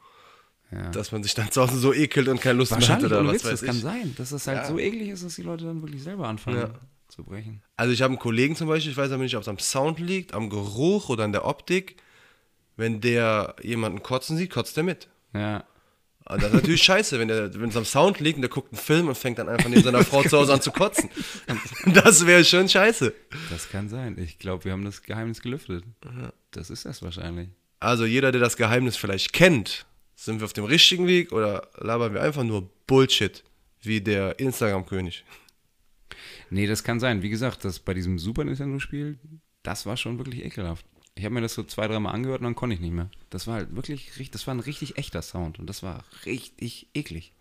S1: Ja.
S2: Dass man sich dann zu Hause so ekelt und keine Lust mehr hat
S1: Wahrscheinlich
S2: oder
S1: ohne
S2: was
S1: Witz,
S2: weiß
S1: das kann
S2: ich.
S1: sein, dass das halt so eklig ist, dass die Leute dann wirklich selber anfangen zu brechen.
S2: Also ich habe einen Kollegen zum Beispiel, ich weiß aber nicht, ob es am Sound liegt, am Geruch oder an der Optik. Wenn der jemanden kotzen sieht, kotzt er mit.
S1: Ja.
S2: Aber das ist natürlich scheiße, wenn der- wenn es am Sound liegt und der guckt einen Film und fängt dann einfach neben seiner Frau zu Hause an zu kotzen. Das wäre schon scheiße.
S1: Das kann sein. Ich glaube, wir haben das Geheimnis gelüftet. Das ist das wahrscheinlich.
S2: Also jeder, der das Geheimnis vielleicht kennt, sind wir auf dem richtigen Weg oder labern wir einfach nur Bullshit wie der Instagram-König.
S1: Nee, das kann sein. Wie gesagt, das bei diesem Super Nintendo-Spiel, das war schon wirklich ekelhaft. Ich habe mir das so zwei, dreimal angehört und dann konnte ich nicht mehr. Das war halt wirklich, richtig- das war ein richtig echter Sound und das war richtig eklig.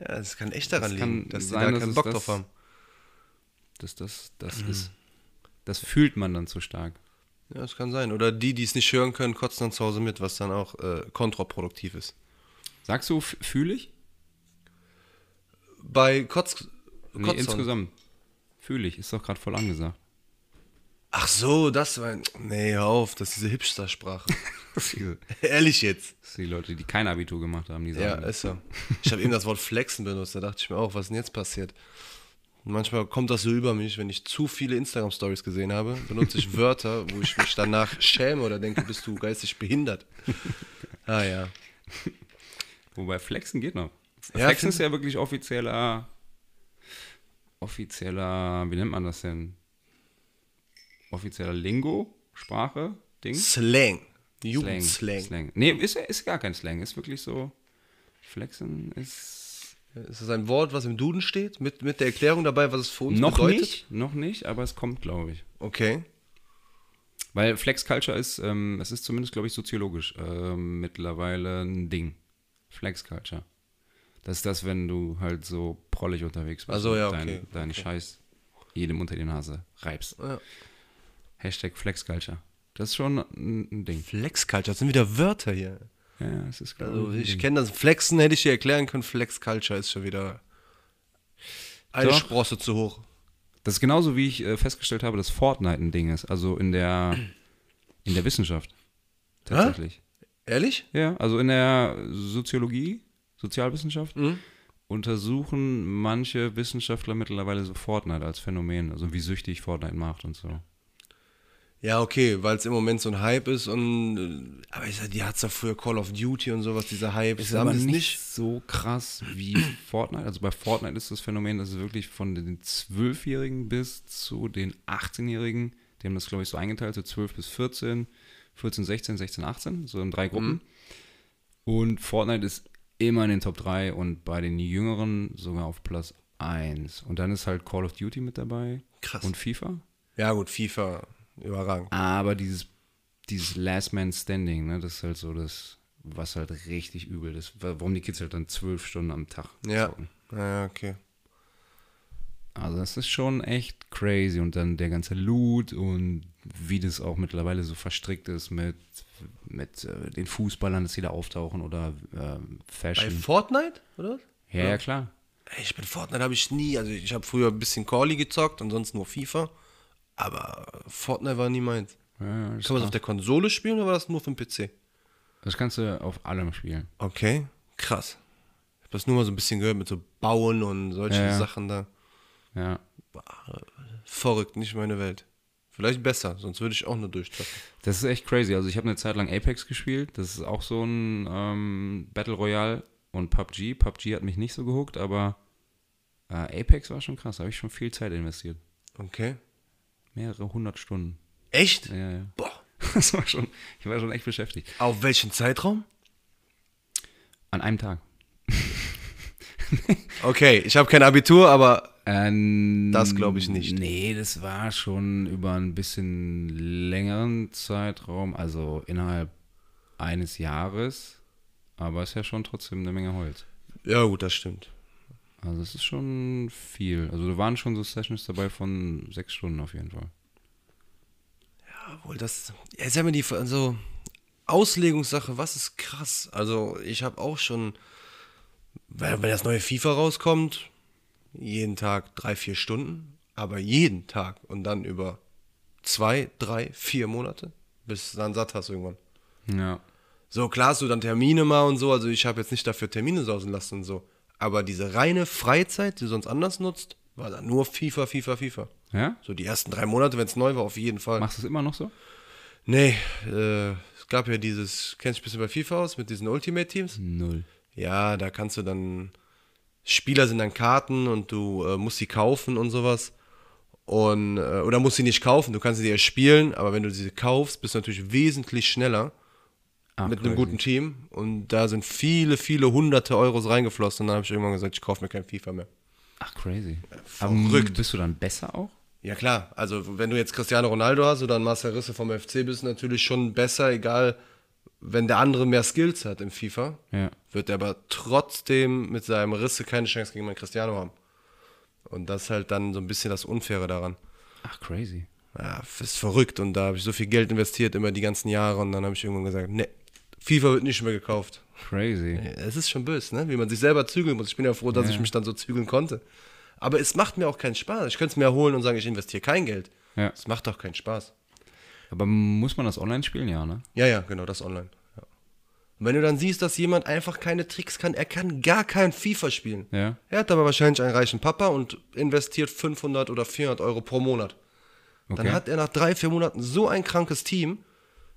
S2: Ja, das kann echt daran
S1: Das kann
S2: liegen, dass die
S1: sein,
S2: da
S1: dass
S2: keinen
S1: es
S2: Bock
S1: das-
S2: drauf haben.
S1: Das, das, das ist, das fühlt man dann zu stark.
S2: Ja, das kann sein. Oder die, die es nicht hören können, kotzen dann zu Hause mit, was dann auch äh, kontraproduktiv ist.
S1: Sagst du, f- fühle ich?
S2: Bei Kotz.
S1: Nee,
S2: Kotzern.
S1: insgesamt. Fühle ich, ist doch gerade voll angesagt.
S2: Ach so, das war. Nee, hör auf, das ist diese Hipster-Sprache.
S1: Das sind
S2: Ehrlich jetzt.
S1: die Leute, die kein Abitur gemacht haben, die
S2: Ja,
S1: sagen,
S2: ist so. Ich habe eben das Wort flexen benutzt, da dachte ich mir auch, was ist denn jetzt passiert? Manchmal kommt das so über mich, wenn ich zu viele Instagram-Stories gesehen habe, benutze ich Wörter, wo ich mich danach schäme oder denke, bist du geistig behindert. Ah ja.
S1: Wobei Flexen geht noch.
S2: Ja,
S1: Flexen
S2: find-
S1: ist ja wirklich offizieller, offizieller, wie nennt man das denn? Offizieller Lingo, Sprache, Ding?
S2: Slang. Jugendslang.
S1: Slang. Nee, ist, ist gar kein Slang, ist wirklich so. Flexen ist.
S2: Ist das ein Wort, was im Duden steht? Mit, mit der Erklärung dabei, was es für uns
S1: noch
S2: bedeutet?
S1: nicht, noch nicht, aber es kommt, glaube ich.
S2: Okay.
S1: Weil Flex Culture ist, ähm, es ist zumindest, glaube ich, soziologisch ähm, mittlerweile ein Ding. Flex Culture. Das ist das, wenn du halt so prollig unterwegs bist.
S2: Ach so,
S1: und
S2: ja,
S1: dein-
S2: okay,
S1: Deinen Scheiß jedem unter die Nase reibst.
S2: Ja.
S1: Hashtag Flex Culture. Das ist schon ein, ein Ding.
S2: Flex Culture, das sind wieder Wörter hier.
S1: Ja, ja, es ist genau
S2: Also
S1: ein
S2: ich
S1: Ding.
S2: kenne das. Flexen hätte ich dir erklären können. Flex Culture ist schon wieder eine
S1: Doch.
S2: Sprosse zu hoch.
S1: Das ist genauso, wie ich äh, festgestellt habe, dass Fortnite ein Ding ist. Also in der, in der Wissenschaft. Tatsächlich.
S2: Ehrlich?
S1: Ja, also in der Soziologie, Sozialwissenschaft, untersuchen manche Wissenschaftler mittlerweile so Fortnite als Phänomen, also wie süchtig Fortnite macht und so.
S2: Ja, okay, weil es im Moment so ein Hype ist und äh, aber ich sag, die hat's ja früher Call of Duty und sowas, dieser Hype. Ist
S1: aber nicht, so krass wie Fortnite. Also bei Fortnite ist das Phänomen, dass es wirklich von den 12-Jährigen bis zu den 18-Jährigen, die haben das, glaube ich, so eingeteilt, so 12 bis 14, 14, 16, 16, 18, so in drei Gruppen. Und Fortnite ist immer in den Top 3 und bei den Jüngeren sogar auf Platz 1. Und dann ist halt Call of Duty mit dabei.
S2: Krass.
S1: Und FIFA.
S2: Ja gut, FIFA überragend.
S1: Aber dieses, dieses Last Man Standing, ne, das ist halt so das, was halt richtig übel ist. Wa- Warum die Kids halt dann zwölf Stunden am Tag
S2: Ja.
S1: zocken.
S2: Ja, okay.
S1: Also das ist schon echt crazy. Und dann der ganze Loot und wie das auch mittlerweile so verstrickt ist mit, mit äh, den Fußballern, dass sie da auftauchen oder ähm,
S2: Bei
S1: Fashion.
S2: Fortnite, oder?
S1: Ja, ja, klar.
S2: Ey, Ich bin Fortnite habe ich nie, also ich habe früher ein bisschen Callie gezockt und sonst nur FIFA, aber Fortnite war nie meins.
S1: Ja, Ja, das,
S2: Kann man das auf der Konsole spielen oder war das nur auf dem PC?
S1: das kannst du auf allem spielen.
S2: Okay, krass. Ich habe das nur mal so ein bisschen gehört mit so Bauen und solchen
S1: Ja, ja.
S2: Sachen da.
S1: Ja.
S2: Verrückt, nicht meine Welt. Vielleicht besser, sonst würde ich auch nur durchtreffen.
S1: Das ist echt crazy. Also ich habe eine Zeit lang Apex gespielt. Das ist auch so ein ähm, Battle Royale und PUBG. PUBG hat mich nicht so gehuckt, aber äh, Apex war schon krass. Da habe ich schon viel Zeit investiert.
S2: Okay.
S1: Mehrere hundert Stunden.
S2: Echt?
S1: Ja, ja.
S2: Boah.
S1: Das war schon, ich war schon echt beschäftigt.
S2: Auf welchen Zeitraum?
S1: An einem Tag.
S2: Okay, ich habe kein Abitur, aber
S1: Ähm,
S2: Das glaub ich nicht.
S1: Nee, das war schon über ein bisschen längeren Zeitraum, also innerhalb eines Jahres. Aber es ist ja schon trotzdem eine Menge Holz.
S2: ja gut, das stimmt.
S1: Also es ist schon viel. Also da waren schon so Sessions dabei von sechs Stunden auf jeden Fall.
S2: Obwohl das, ja, ist ja immer die also Auslegungssache, was ist krass? Also ich habe auch schon, wenn, wenn das neue FIFA rauskommt, jeden Tag drei, vier Stunden, aber jeden Tag und dann über zwei, drei, vier Monate, bis du dann satt hast irgendwann.
S1: Ja.
S2: So, klar hast du dann Termine mal und so, also ich habe jetzt nicht dafür Termine sausen lassen und so, aber diese reine Freizeit, die du sonst anders nutzt, war dann nur FIFA, FIFA, FIFA.
S1: Ja?
S2: So die ersten drei Monate, wenn es neu war, auf jeden Fall.
S1: Machst du es immer noch so?
S2: Nee, äh, es gab ja dieses, kennst du ein bisschen bei FIFA aus, mit diesen Ultimate-Teams?
S1: Null.
S2: Ja, da kannst du dann, Spieler sind dann Karten und du äh, musst sie kaufen und sowas. Und, äh, oder musst sie nicht kaufen, du kannst sie dir spielen, aber wenn du sie kaufst, bist du natürlich wesentlich schneller
S1: Ah,
S2: mit einem
S1: crazy.
S2: guten Team. Und da sind viele, viele hunderte Euros reingeflossen. Und dann habe ich irgendwann gesagt, ich kaufe mir kein FIFA mehr.
S1: Ach, crazy.
S2: verrückt.
S1: Aber bist du dann besser auch?
S2: Ja klar, also wenn du jetzt Cristiano Ronaldo hast oder ein Marcel Risse vom FC bist, natürlich schon besser, egal, wenn der andere mehr Skills hat im FIFA,
S1: Ja.
S2: wird er aber trotzdem mit seinem Risse keine Chance gegen meinen Cristiano haben. Und das ist halt dann so ein bisschen das Unfaire daran.
S1: Ach, crazy.
S2: Ja, ist verrückt und da habe ich so viel Geld investiert immer die ganzen Jahre und dann habe ich irgendwann gesagt, nee, FIFA wird nicht mehr gekauft.
S1: Crazy.
S2: Ja, Es ist schon böse, ne? wie man sich selber zügeln muss. Ich bin ja froh, dass ich mich dann so zügeln konnte. Aber es macht mir auch keinen Spaß. Ich könnte es mir holen und sagen, ich investiere kein Geld.
S1: Ja.
S2: Es macht doch keinen Spaß.
S1: Aber muss man das online spielen? Ja, ne?
S2: Ja, ja, genau, das online. Ja. Und wenn du dann siehst, dass jemand einfach keine Tricks kann, er kann gar kein FIFA spielen.
S1: Ja.
S2: Er hat aber wahrscheinlich einen reichen Papa und investiert 500 oder 400 Euro pro Monat.
S1: Okay.
S2: Dann hat er nach drei, vier Monaten so ein krankes Team.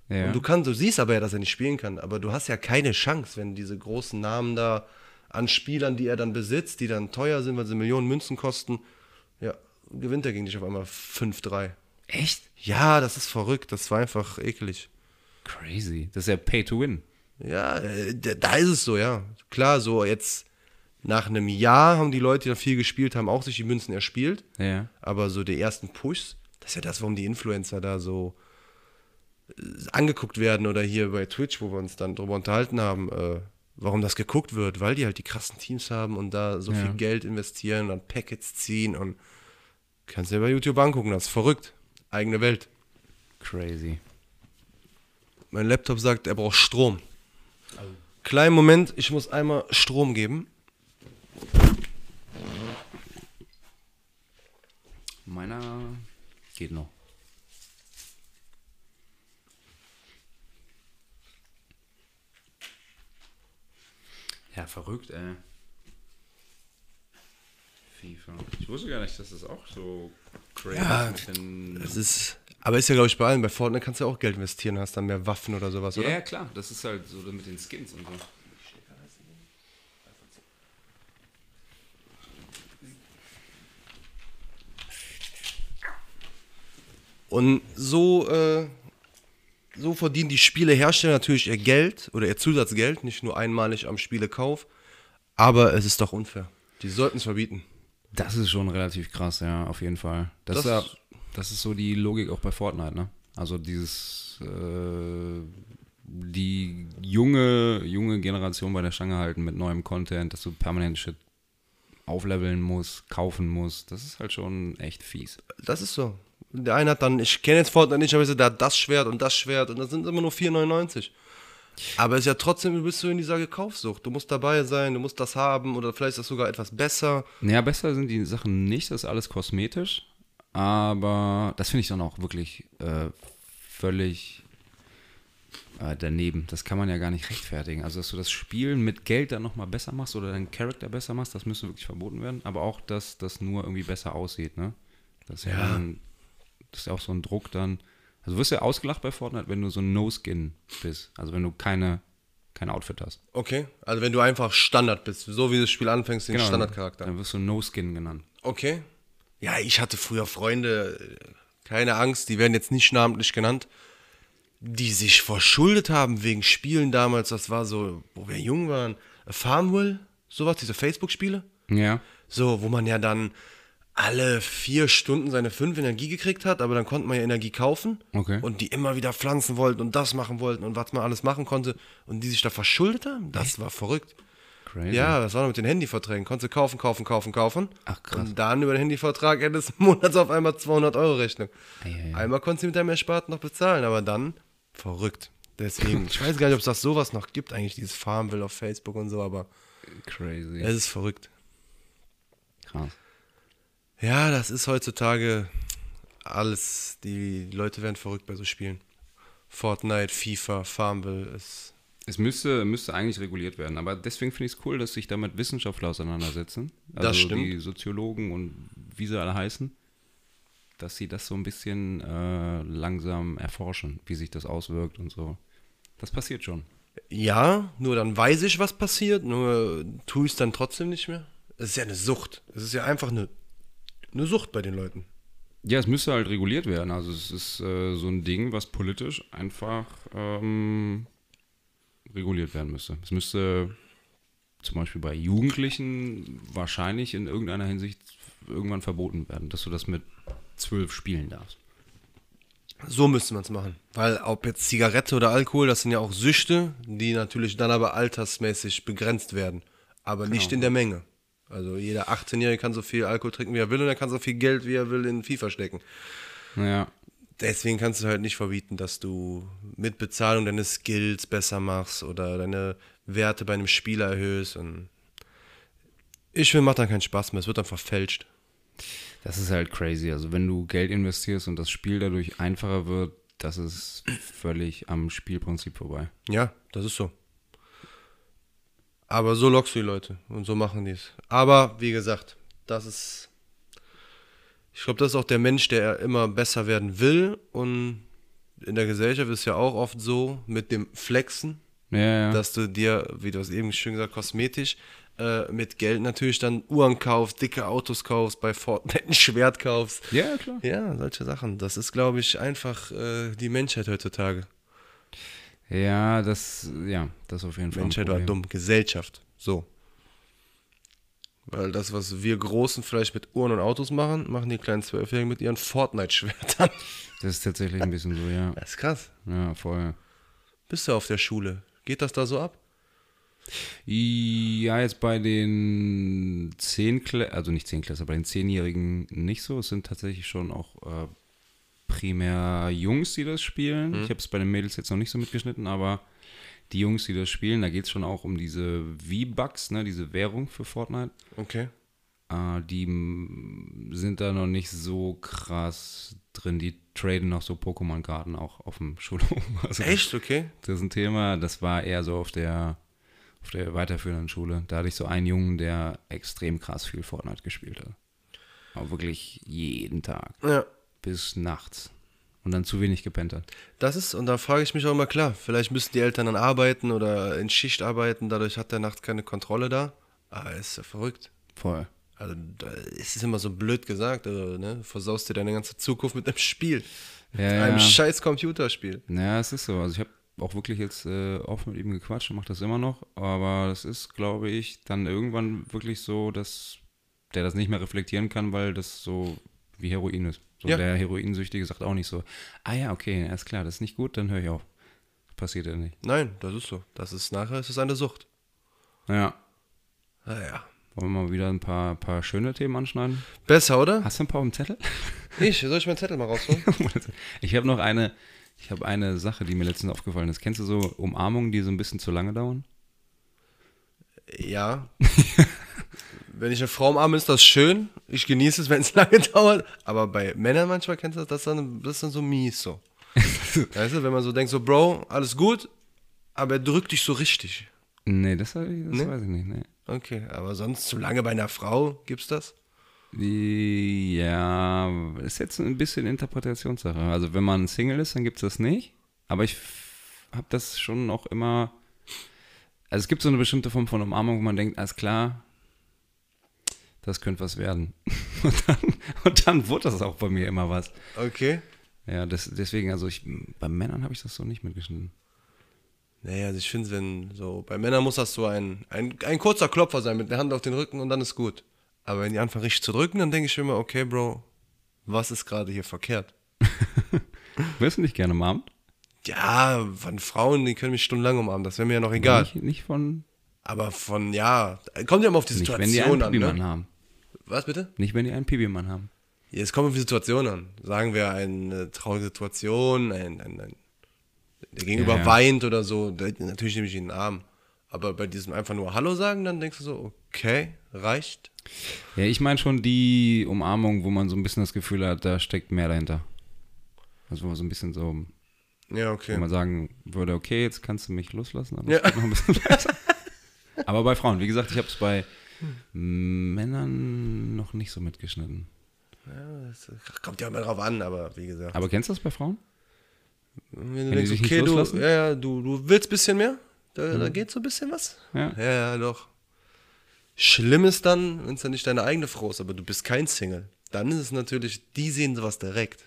S1: ja.
S2: Und du kannst, du siehst aber ja, dass er nicht spielen kann. Aber du hast ja keine Chance, wenn diese großen Namen da an Spielern, die er dann besitzt, die dann teuer sind, weil sie Millionen Münzen kosten, ja, gewinnt er gegen dich auf einmal 5-3.
S1: Echt?
S2: Ja, das ist verrückt. Das war einfach eklig.
S1: Crazy. Das ist ja Pay to Win.
S2: Ja, äh, da da ist es so, ja. Klar, so jetzt nach einem Jahr haben die Leute, die dann viel gespielt haben, auch sich die Münzen erspielt.
S1: Ja.
S2: Aber so die ersten Pushs, das ist ja das, warum die Influencer da so äh, angeguckt werden oder hier bei Twitch, wo wir uns dann drüber unterhalten haben, äh, warum das geguckt wird, weil die halt die krassen Teams haben und da so
S1: Ja.
S2: viel Geld investieren und Packets ziehen und kannst dir bei YouTube angucken, das ist verrückt. Eigene Welt.
S1: Crazy.
S2: Mein Laptop sagt, er braucht Strom. Kleinen Moment, ich muss einmal Strom geben.
S1: Meiner geht noch. Ja, verrückt, ey. FIFA. Ich wusste gar nicht, dass das auch so crazy
S2: Ja,
S1: ist. mit den-
S2: Das ist, aber ist ja, glaube ich, bei allen. Bei Fortnite kannst du ja auch Geld investieren, hast dann mehr Waffen oder sowas,
S1: Ja,
S2: oder?
S1: ja, klar. Das ist halt so mit den Skins und so.
S2: Und so, äh, so verdienen die Spielehersteller natürlich ihr Geld oder ihr Zusatzgeld, nicht nur einmalig am Spielekauf. Aber es ist doch unfair. Die sollten es verbieten.
S1: Das ist schon relativ krass, ja, auf jeden Fall. Das,
S2: Das-
S1: ist, ja, das ist so die Logik auch bei Fortnite, ne? Also dieses äh, die junge, junge Generation bei der Stange halten mit neuem Content, dass du permanent Shit aufleveln musst, kaufen musst. Das ist halt schon echt fies.
S2: Das ist so. Der eine hat dann, ich kenne jetzt Fortnite nicht, aber ich so, der hat das Schwert und das Schwert und das sind immer nur 4,99. Aber es ist ja trotzdem, du bist so in dieser Gekaufsucht. Du musst dabei sein, du musst das haben oder vielleicht ist das sogar etwas besser.
S1: Naja, besser sind die Sachen nicht, das ist alles kosmetisch. Aber das finde ich dann auch wirklich äh, völlig äh, daneben. Das kann man ja gar nicht rechtfertigen. Also, dass du das Spielen mit Geld dann nochmal besser machst oder deinen Charakter besser machst, das müsste wirklich verboten werden. Aber auch, dass das nur irgendwie besser aussieht, ne? Das ist ja,
S2: Ja.
S1: Dann, das ist ja auch so ein Druck dann. Also, du wirst ja ausgelacht bei Fortnite, wenn du so ein No-Skin bist. Also, wenn du keine, kein Outfit hast.
S2: Okay, also wenn du einfach Standard bist, so wie das Spiel anfängst, den
S1: Genau,
S2: Standardcharakter.
S1: Dann wirst du No-Skin genannt.
S2: Okay. Ja, ich hatte früher Freunde, äh, keine Angst, die werden jetzt nicht namentlich genannt, die sich verschuldet haben wegen Spielen damals, das war so, wo wir jung waren, Farmville, sowas, diese Facebook-Spiele.
S1: Ja.
S2: So, wo man ja dann alle vier Stunden seine fünf Energie gekriegt hat, aber dann konnte man ja Energie kaufen
S1: Okay.
S2: und die immer wieder pflanzen wollten und das machen wollten und was man alles machen konnte und die sich da verschuldet haben. Das war verrückt.
S1: Crazy.
S2: Ja, das war noch mit den Handyverträgen. Konntest du kaufen, kaufen, kaufen, kaufen.
S1: Ach, krass.
S2: Und dann über den Handyvertrag Ende des Monats auf einmal 200 Euro Rechnung.
S1: Ei, ei, ei.
S2: Einmal konntest du mit deinem Ersparten noch bezahlen, aber dann verrückt. Deswegen, ich weiß gar nicht, ob es das sowas noch gibt, eigentlich dieses Farmville auf Facebook und so, aber
S1: Crazy.
S2: es ist verrückt.
S1: Krass.
S2: Ja, das ist heutzutage alles. Die Leute werden verrückt bei so Spielen. Fortnite, FIFA, Farmville ist.
S1: Es müsste, müsste eigentlich reguliert werden, aber deswegen finde ich es cool, dass sich damit Wissenschaftler auseinandersetzen. Also
S2: stimmt.
S1: Die Soziologen und wie sie alle heißen, dass sie das so ein bisschen äh, langsam erforschen, wie sich das auswirkt und so. Das passiert schon.
S2: Ja, nur dann weiß ich, was passiert, nur tue ich es dann trotzdem nicht mehr. Es ist ja eine Sucht. Es ist ja einfach eine, eine Sucht bei den Leuten.
S1: Ja, es müsste halt reguliert werden. Also es ist äh, so ein Ding, was politisch einfach ähm, reguliert werden müsste. Es müsste zum Beispiel bei Jugendlichen wahrscheinlich in irgendeiner Hinsicht irgendwann verboten werden, dass du das mit zwölf spielen darfst.
S2: So müsste man es machen. Weil ob jetzt Zigarette oder Alkohol, das sind ja auch Süchte, die natürlich dann aber altersmäßig begrenzt werden. Aber nicht in der Menge. Also jeder 18-Jährige kann so viel Alkohol trinken, wie er will, und er kann so viel Geld, wie er will, in FIFA stecken.
S1: Naja,
S2: Deswegen kannst du halt nicht verbieten, dass du mit Bezahlung deine Skills besser machst oder deine Werte bei einem Spieler erhöhst. Und ich finde, macht dann keinen Spaß mehr. Es wird dann verfälscht.
S1: das ist halt crazy. Also wenn du Geld investierst und das Spiel dadurch einfacher wird, das ist völlig am Spielprinzip vorbei.
S2: Ja, das ist so. Aber so lockst du die Leute und so machen die es. Aber wie gesagt, das ist. Ich glaube, das ist auch der Mensch, der immer besser werden will. Und in der Gesellschaft ist ja auch oft so mit dem Flexen.
S1: Ja, ja.
S2: dass du dir, wie du es eben schön gesagt hast, kosmetisch äh, mit Geld natürlich dann Uhren kaufst, dicke Autos kaufst, bei Fortnite ein Schwert kaufst.
S1: ja klar.
S2: Ja, solche Sachen. Das ist, glaube ich, einfach äh, die Menschheit heutzutage.
S1: Ja, das, ja, das auf jeden Fall. ein
S2: Menschheit war
S1: Problem.
S2: dumm. Gesellschaft. So. Weil das, was wir Großen vielleicht mit Uhren und Autos machen, machen die kleinen Zwölfjährigen mit ihren Fortnite-Schwertern.
S1: Das ist tatsächlich ein bisschen so, ja.
S2: Das ist krass.
S1: Ja, voll.
S2: Bist du auf der Schule? Geht das da so ab?
S1: Ja, jetzt bei den 10 Klä- also nicht 10 Klässler, bei den 10-Jährigen nicht so. Es sind tatsächlich schon auch äh, primär Jungs, die das spielen. Ich habe es bei den Mädels jetzt noch nicht so mitgeschnitten, aber die Jungs, die das spielen, da geht es schon auch um diese V-Bucks, ne, diese Währung für Fortnite.
S2: Okay.
S1: Äh, die m, sind da noch nicht so krass drin. Die traden noch so Pokémon-Karten auch auf dem Schulhof. Also das-
S2: Echt? Okay.
S1: das ist ein Thema, das war eher so auf der, auf der weiterführenden Schule. Da hatte ich so einen Jungen, der extrem krass viel Fortnite gespielt hat. Aber wirklich jeden Tag.
S2: Ja.
S1: Bis nachts. Und dann zu wenig gepennt hat.
S2: Das ist, und da frage ich mich auch immer, klar, vielleicht müssen die Eltern dann arbeiten oder in Schicht arbeiten, dadurch hat der nachts keine Kontrolle da. Aber ist ja verrückt.
S1: Voll.
S2: Also, da ist es immer so blöd gesagt, also, ne? Versaust dir deine ganze Zukunft mit einem Spiel.
S1: Ja,
S2: Mit einem
S1: ja.
S2: scheiß Computerspiel.
S1: Naja, es ist so. Also ich habe auch wirklich jetzt äh, oft mit ihm gequatscht und mache das immer noch. Aber das ist, glaube ich, dann irgendwann wirklich so, dass der das nicht mehr reflektieren kann, weil das so wie Heroin ist. So
S2: Ja.
S1: Der Heroinsüchtige sagt auch nicht so, ah ja, okay, alles klar, das ist nicht gut, dann höre ich auf. Passiert ja nicht.
S2: Nein, das ist so. Das ist nachher, es ist eine Sucht. Ah,
S1: Naja,
S2: Naja.
S1: wollen wir mal wieder ein paar, paar schöne Themen anschneiden?
S2: Besser, oder?
S1: Hast du ein paar auf dem Zettel?
S2: Ich, soll ich meinen Zettel mal rausholen?
S1: ich habe noch eine, ich habe eine Sache, die mir letztens aufgefallen ist. Kennst du so Umarmungen, die so ein bisschen zu lange dauern?
S2: ja. Wenn ich eine Frau umarme, ist das schön. Ich genieße es, wenn es lange dauert. Aber bei Männern manchmal kennst du das, das ist dann, das ist dann so mies so. Weißt du, wenn man so denkt, so, Bro, alles gut, aber er drückt dich so richtig.
S1: Nee, das, hab ich, das weiß ich nicht. Nee.
S2: Okay, aber sonst zu lange bei einer Frau gibt's das?
S1: Die- Ja, ist jetzt ein bisschen Interpretationssache. Also wenn man Single ist, dann gibt es das nicht. Aber ich habe das schon auch immer. Also es gibt so eine bestimmte Form von Umarmung, wo man denkt, alles klar, das könnte was werden. Und dann, und dann wurde das auch bei mir immer was.
S2: Okay.
S1: Ja, das, deswegen, also ich, bei Männern habe ich das so nicht mitgeschnitten.
S2: Naja, also ich finde, wenn so, bei Männern muss das so ein, ein, ein kurzer Klopfer sein mit der Hand auf den Rücken und dann ist gut. Aber wenn die anfangen richtig zu drücken, dann denke ich immer, okay, Bro, was ist gerade hier verkehrt?
S1: Wirst du nicht gerne umarmt?
S2: Ja, von Frauen, die können mich stundenlang umarmen, das wäre mir ja noch egal.
S1: Nicht, nicht von,
S2: Aber von, ja, kommt ja immer auf die
S1: nicht
S2: Situation
S1: wenn die einen
S2: an. Ne?
S1: Pibi-Mann haben.
S2: Was bitte?
S1: Nicht, wenn die einen Pibi-Mann haben.
S2: Ja, es kommt auf die Situation an. Sagen wir eine traurige Situation, ein, ein, ein, der Gegenüber
S1: Ja, ja.
S2: weint oder so, da- natürlich nehme ich ihn in den Arm. Aber bei diesem einfach nur Hallo sagen, dann denkst du so, okay, reicht.
S1: Ja, ich meine schon die Umarmung, wo man so ein bisschen das Gefühl hat, da steckt mehr dahinter. Also wo man so ein bisschen so,
S2: Ja,
S1: wo
S2: okay.
S1: man sagen würde, okay, jetzt kannst du mich loslassen, aber
S2: Ja.
S1: es geht noch ein bisschen weiter. Aber bei Frauen, wie gesagt, ich habe es bei Männern noch nicht so mitgeschnitten.
S2: Das kommt ja immer drauf an, aber wie gesagt.
S1: Aber kennst du das bei Frauen?
S2: Wenn du
S1: die
S2: denkst,
S1: sich nicht
S2: okay, du,
S1: loslassen? Mhm.
S2: ja, ja, du, du willst ein bisschen mehr, da, da geht so ein bisschen was.
S1: Ja.
S2: ja, ja, doch. Schlimm ist dann, wenn es dann nicht deine eigene Frau ist, aber du bist kein Single. Dann ist es natürlich, die sehen sowas direkt.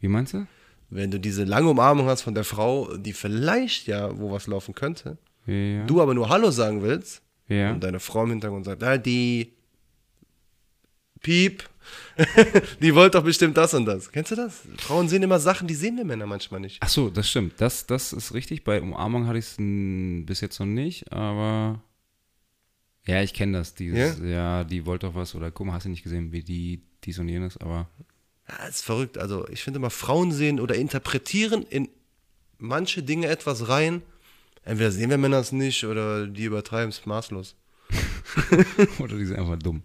S1: Wie meinst du?
S2: wenn du diese lange Umarmung hast von der Frau, die vielleicht ja wo was laufen könnte,
S1: Ja.
S2: du aber nur Hallo sagen willst
S1: ja.
S2: und deine Frau im Hintergrund sagt, ah, die Piep, die wollte doch bestimmt das und das. Kennst du das? Frauen sehen immer Sachen, die sehen wir Männer manchmal nicht.
S1: Ach so, das stimmt. Das, das ist richtig. Bei Umarmung hatte ich es bis jetzt noch nicht, aber ja, ich kenne das. Dieses, ja, die wollte doch was oder guck mal, hast du nicht gesehen, wie die dies und jenes, aber
S2: Ja, ist verrückt. Also ich finde immer, Frauen sehen oder interpretieren in manche Dinge etwas rein. Entweder sehen wir Männer es nicht oder die übertreiben es maßlos.
S1: Oder die sind einfach dumm.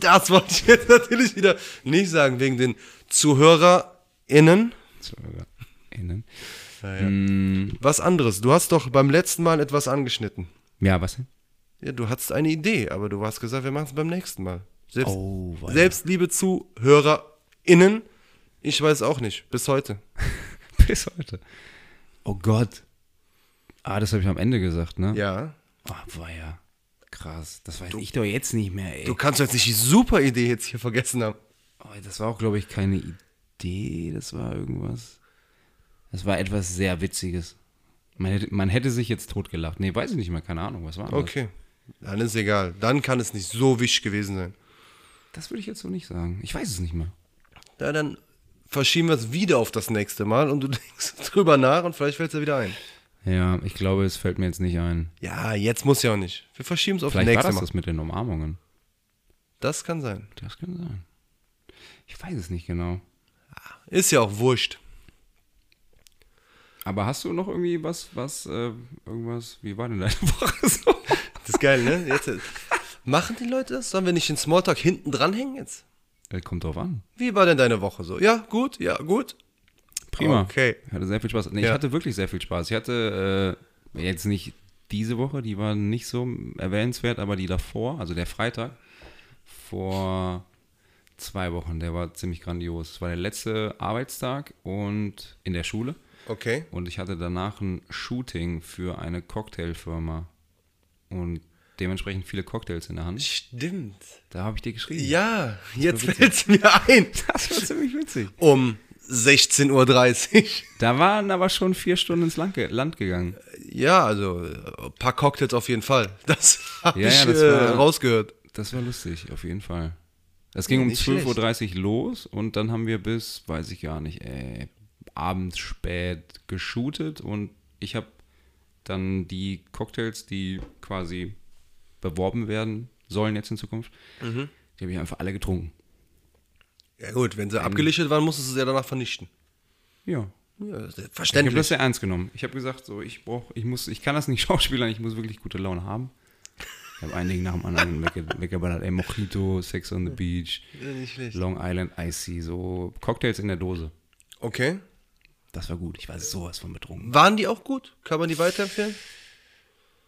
S2: Das wollte ich jetzt natürlich wieder nicht sagen, wegen den ZuhörerInnen.
S1: ZuhörerInnen.
S2: Ja, ja.
S1: Mm,
S2: Was anderes. Du hast doch beim letzten Mal etwas angeschnitten.
S1: ja, was denn?
S2: Ja, du hattest eine Idee, aber du hast gesagt, wir machen es beim nächsten Mal. Selbst,
S1: Oh, weia.
S2: selbst liebe ZuhörerInnen, ich weiß auch nicht, bis heute.
S1: Bis heute. Oh Gott. Ah, das habe ich am Ende gesagt, ne?
S2: Ja.
S1: Ah, war ja krass. Das weiß ich doch jetzt nicht mehr, ey.
S2: Du kannst jetzt nicht die super Idee jetzt hier vergessen haben.
S1: Oh, das war auch, glaube ich, keine Idee. Das war irgendwas. Das war etwas sehr Witziges. Man hätte, man hätte sich jetzt totgelacht. Nee, weiß ich nicht mehr. Keine Ahnung, was war das?
S2: Okay. Dann ist egal. Dann kann es nicht so wichtig gewesen sein.
S1: Das würde ich jetzt so nicht sagen. Ich weiß es nicht mehr.
S2: Ja, dann verschieben wir es wieder auf das nächste Mal und du denkst drüber nach und vielleicht fällt es dir wieder ein.
S1: Ja, ich glaube, es fällt mir jetzt nicht ein.
S2: Ja, jetzt muss ja auch nicht. Wir verschieben es auf das
S1: Vielleicht war
S2: nächste
S1: das
S2: Mal.
S1: das mit den Umarmungen.
S2: Das kann sein.
S1: Das kann sein. Ich weiß es nicht genau.
S2: Ist ja auch wurscht.
S1: Aber hast du noch irgendwie was, was, äh, irgendwas, wie war denn deine Woche so?
S2: Das ist geil, ne? Jetzt, machen die Leute das? Sollen wir nicht den Smalltalk hinten dranhängen jetzt?
S1: Äh, Kommt drauf an.
S2: Wie war denn deine Woche so? Ja, gut, ja, gut.
S1: Prima.
S2: Okay.
S1: Ich hatte sehr viel Spaß. Nee,
S2: Ja.
S1: Ich hatte wirklich sehr viel Spaß. Ich hatte äh, jetzt nicht diese Woche, die war nicht so erwähnenswert, aber die davor, also der Freitag vor zwei Wochen, der war ziemlich grandios. Es war der letzte Arbeitstag und in der Schule.
S2: Okay.
S1: Und ich hatte danach ein Shooting für eine Cocktailfirma und dementsprechend viele Cocktails in der Hand.
S2: Stimmt.
S1: Da habe ich dir geschrieben.
S2: Ja, jetzt fällt's mir ein.
S1: Das war ziemlich witzig.
S2: Um 16.30 Uhr.
S1: Da waren aber schon vier Stunden ins Land, ge Land gegangen.
S2: Ja, also äh, ein paar Cocktails auf jeden Fall. Das habe
S1: Ja,
S2: ich
S1: ja, das
S2: äh,
S1: war-
S2: rausgehört.
S1: Das war lustig, auf jeden Fall. Es ging um
S2: Nicht schlecht.
S1: 12.30 Uhr los und dann haben wir bis, weiß ich gar nicht, ey, abends spät geshootet und ich habe dann die Cocktails, die quasi beworben werden sollen jetzt in Zukunft,
S2: Mhm.
S1: die habe ich einfach alle getrunken.
S2: Ja gut, wenn sie
S1: Ähm.
S2: abgelichtet waren, musstest du sie ja danach vernichten.
S1: Ja.
S2: Ja,
S1: Ich habe
S2: verständlich.
S1: das sehr ernst genommen. Ich habe gesagt, so, ich brauche, ich muss, ich kann das nicht schauspielern, ich muss wirklich gute Laune haben. Ich habe einen Ding nach dem anderen wegge weggeballert. Ey, Mojito, Sex on the Beach,
S2: Ja, nicht schlecht.
S1: Long Island Icy, so Cocktails in der Dose.
S2: Okay.
S1: Das war gut. Ich war sowas von betrunken.
S2: Waren die auch gut? Kann man die weiterempfehlen?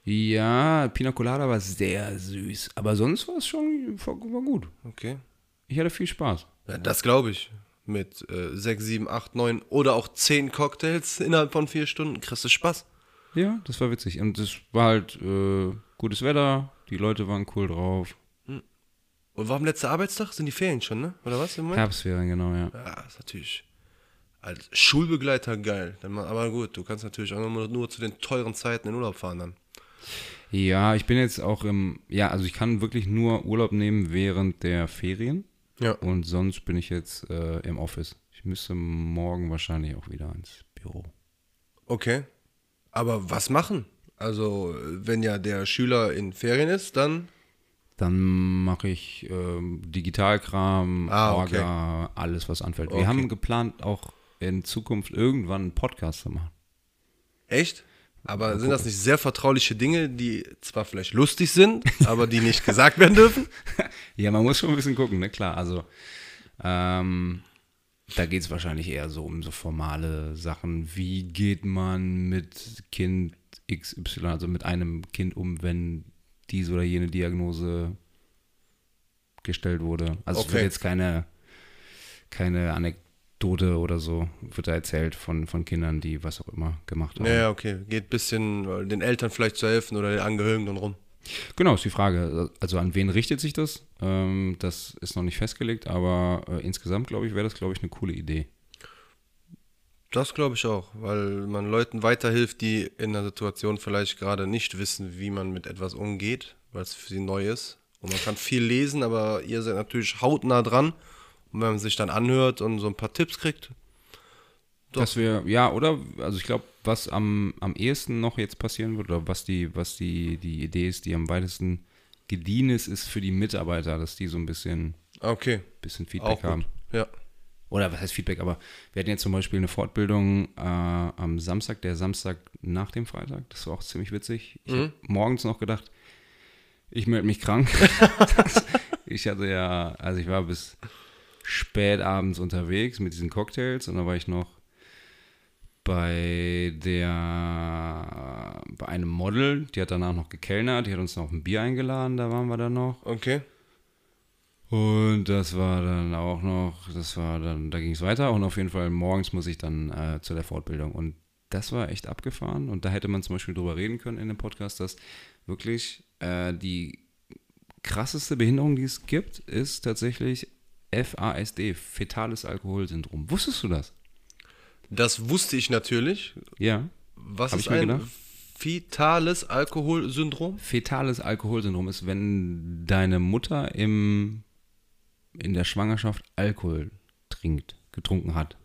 S1: Ja, Pina Colada war sehr süß. Aber sonst war es schon war gut.
S2: Okay.
S1: Ich hatte viel Spaß.
S2: Ja, das glaube ich. Mit äh, 6, 7, 8, 9 oder auch 10 Cocktails innerhalb von 4 Stunden kriegst du Spaß.
S1: Ja, das war witzig. Und es war halt äh, gutes Wetter, die Leute waren cool drauf.
S2: Und warum letzter Arbeitstag? Sind die Ferien schon, ne? Oder was im Moment?
S1: Herbstferien, genau, ja.
S2: Ja, ist natürlich als Schulbegleiter geil. Dann mal- Aber gut, du kannst natürlich auch nur, nur zu den teuren Zeiten in Urlaub fahren dann.
S1: Ja, ich bin jetzt auch im. Ja, also ich kann wirklich nur Urlaub nehmen während der Ferien.
S2: Ja.
S1: Und sonst bin ich jetzt äh, im Office. Ich müsste morgen wahrscheinlich auch wieder ins Büro.
S2: Okay. Aber was machen? Also, wenn ja der Schüler in Ferien ist, dann
S1: Dann mache ich ähm, Digitalkram,
S2: Ah, okay.
S1: Orga, alles, was anfällt.
S2: Okay.
S1: Wir haben geplant, auch in Zukunft irgendwann einen Podcast zu machen.
S2: echt? Aber sind das nicht sehr vertrauliche Dinge, die zwar vielleicht lustig sind, aber die nicht gesagt werden dürfen?
S1: Ja, man muss schon ein bisschen gucken, ne? Klar, also ähm, da geht es wahrscheinlich eher so um so formale Sachen. Wie geht man mit Kind XY, also mit einem Kind um, wenn diese oder jene Diagnose gestellt wurde? Also es
S2: Okay.
S1: wird jetzt keine, keine Anekdote oder so, wird da erzählt von, von Kindern, die was auch immer gemacht haben.
S2: Naja, okay. Geht ein bisschen äh, den Eltern vielleicht zu helfen oder den Angehörigen dann rum.
S1: Genau, ist die Frage. Also an wen richtet sich das? Ähm, das ist noch nicht festgelegt, aber äh, insgesamt, glaube ich, wäre das, glaube ich, eine coole Idee.
S2: Das glaube ich auch, weil man Leuten weiterhilft, die in einer Situation vielleicht gerade nicht wissen, wie man mit etwas umgeht, weil es für sie neu ist. Und man kann viel lesen, aber ihr seid natürlich hautnah dran. Und wenn man sich dann anhört und so ein paar Tipps kriegt, Doch.
S1: Dass wir, ja, oder? Also ich glaube, was am, am ehesten noch jetzt passieren wird, oder was die, was die, die Idee ist, die am weitesten gediehen ist, ist für die Mitarbeiter, dass die so ein bisschen,
S2: okay,
S1: bisschen
S2: auch
S1: Feedback haben.
S2: gut. Ja,
S1: Oder was heißt Feedback, aber wir hatten jetzt zum Beispiel eine Fortbildung äh, am Samstag, der Samstag nach dem Freitag. Das war auch ziemlich witzig. Ich habe morgens noch gedacht, ich melde mich krank. ich hatte ja, also ich war bis spät abends unterwegs mit diesen Cocktails und da war ich noch bei der bei einem Model, die hat danach noch gekellnert, die hat uns noch ein Bier eingeladen, da waren wir dann noch.
S2: okay.
S1: Und das war dann auch noch, das war dann, da ging es weiter und auf jeden Fall morgens muss ich dann äh, zu der Fortbildung. Und das war echt abgefahren und da hätte man zum Beispiel drüber reden können in dem Podcast, dass wirklich äh, die krasseste Behinderung, die es gibt, ist tatsächlich FASD, fetales Alkoholsyndrom. Wusstest du das?
S2: Das wusste ich natürlich.
S1: Ja.
S2: Was
S1: Hab
S2: ist
S1: ich mir
S2: ein
S1: gedacht.
S2: fetales Alkoholsyndrom?
S1: Fetales Alkoholsyndrom ist, wenn deine Mutter im, in der Schwangerschaft Alkohol trinkt, getrunken hat,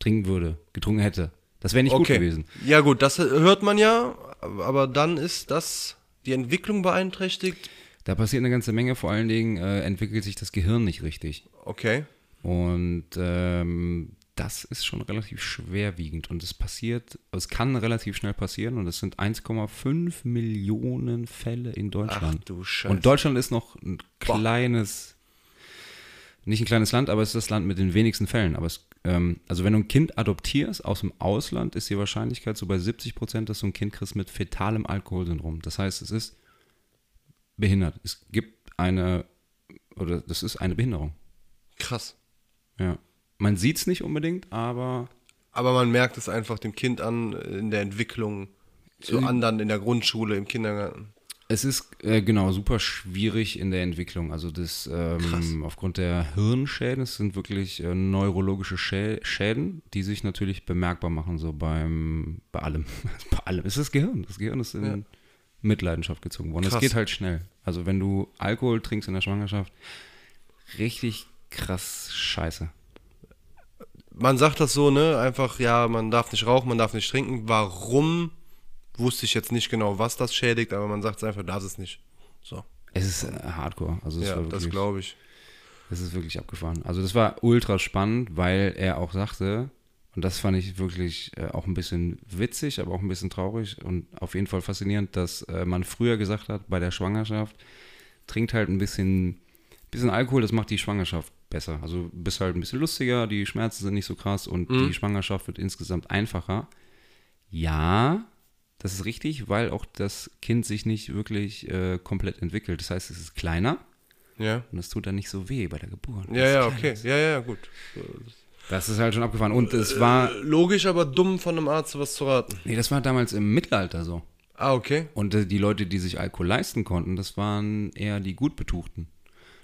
S1: trinken würde, getrunken hätte. Das wäre nicht gut gewesen.
S2: Ja gut, das hört man ja, aber dann ist das die Entwicklung beeinträchtigt.
S1: Da passiert eine ganze Menge, vor allen Dingen äh, entwickelt sich das Gehirn nicht richtig.
S2: Okay.
S1: Und ähm, das ist schon relativ schwerwiegend und es passiert, es kann relativ schnell passieren und es sind 1,5 Millionen Fälle in Deutschland.
S2: Ach du Scheiße.
S1: Und Deutschland ist noch ein kleines, nicht ein kleines Land, aber es ist das Land mit den wenigsten Fällen. Aber es, ähm, also wenn du ein Kind adoptierst aus dem Ausland, ist die Wahrscheinlichkeit so bei 70 Prozent, dass du ein Kind kriegst mit fetalem Alkoholsyndrom. Das heißt, es ist behindert. Es gibt eine, oder das ist eine Behinderung.
S2: Krass.
S1: Ja. Man sieht es nicht unbedingt, aber
S2: Aber man merkt es einfach dem Kind an in der Entwicklung zu
S1: Äh,
S2: anderen in der Grundschule, im Kindergarten.
S1: Es ist äh, genau super schwierig in der Entwicklung. Also das ähm, aufgrund der Hirnschäden, es sind wirklich äh, neurologische Schä Schäden, die sich natürlich bemerkbar machen, so beim bei allem. bei allem. Es ist das Gehirn. Das Gehirn ist in Mitleidenschaft gezogen worden. Es
S2: Krass.
S1: geht halt schnell. Also wenn du Alkohol trinkst in der Schwangerschaft, richtig krass scheiße.
S2: Man sagt das so, ne? Einfach, ja, man darf nicht rauchen, man darf nicht trinken. Warum? Wusste ich jetzt nicht genau, was das schädigt, aber man sagt es einfach, darf es nicht. So.
S1: Es ist äh, hardcore. Also es
S2: ja,
S1: war
S2: das
S1: wirklich-
S2: glaube ich.
S1: Das ist wirklich abgefahren. Also das war ultra spannend, weil er auch sagte, und das fand ich wirklich äh, auch ein bisschen witzig, aber auch ein bisschen traurig und auf jeden Fall faszinierend, dass äh, man früher gesagt hat, bei der Schwangerschaft trinkt halt ein bisschen, bisschen Alkohol, das macht die Schwangerschaft besser. Also bist halt ein bisschen lustiger, die Schmerzen sind nicht so krass und die Schwangerschaft wird insgesamt einfacher. Ja, das ist richtig, weil auch das Kind sich nicht wirklich äh, komplett entwickelt. Das heißt, es ist kleiner
S2: Ja.
S1: und es tut dann nicht so weh bei der Geburt.
S2: Ja, ja, okay. Ja, ja, gut.
S1: Das ist halt schon abgefahren. Und es war,
S2: Logisch, aber dumm von einem Arzt was zu raten.
S1: nee, das war damals im Mittelalter so.
S2: Ah, okay.
S1: Und äh, die Leute, die sich Alkohol leisten konnten, das waren eher die Gutbetuchten.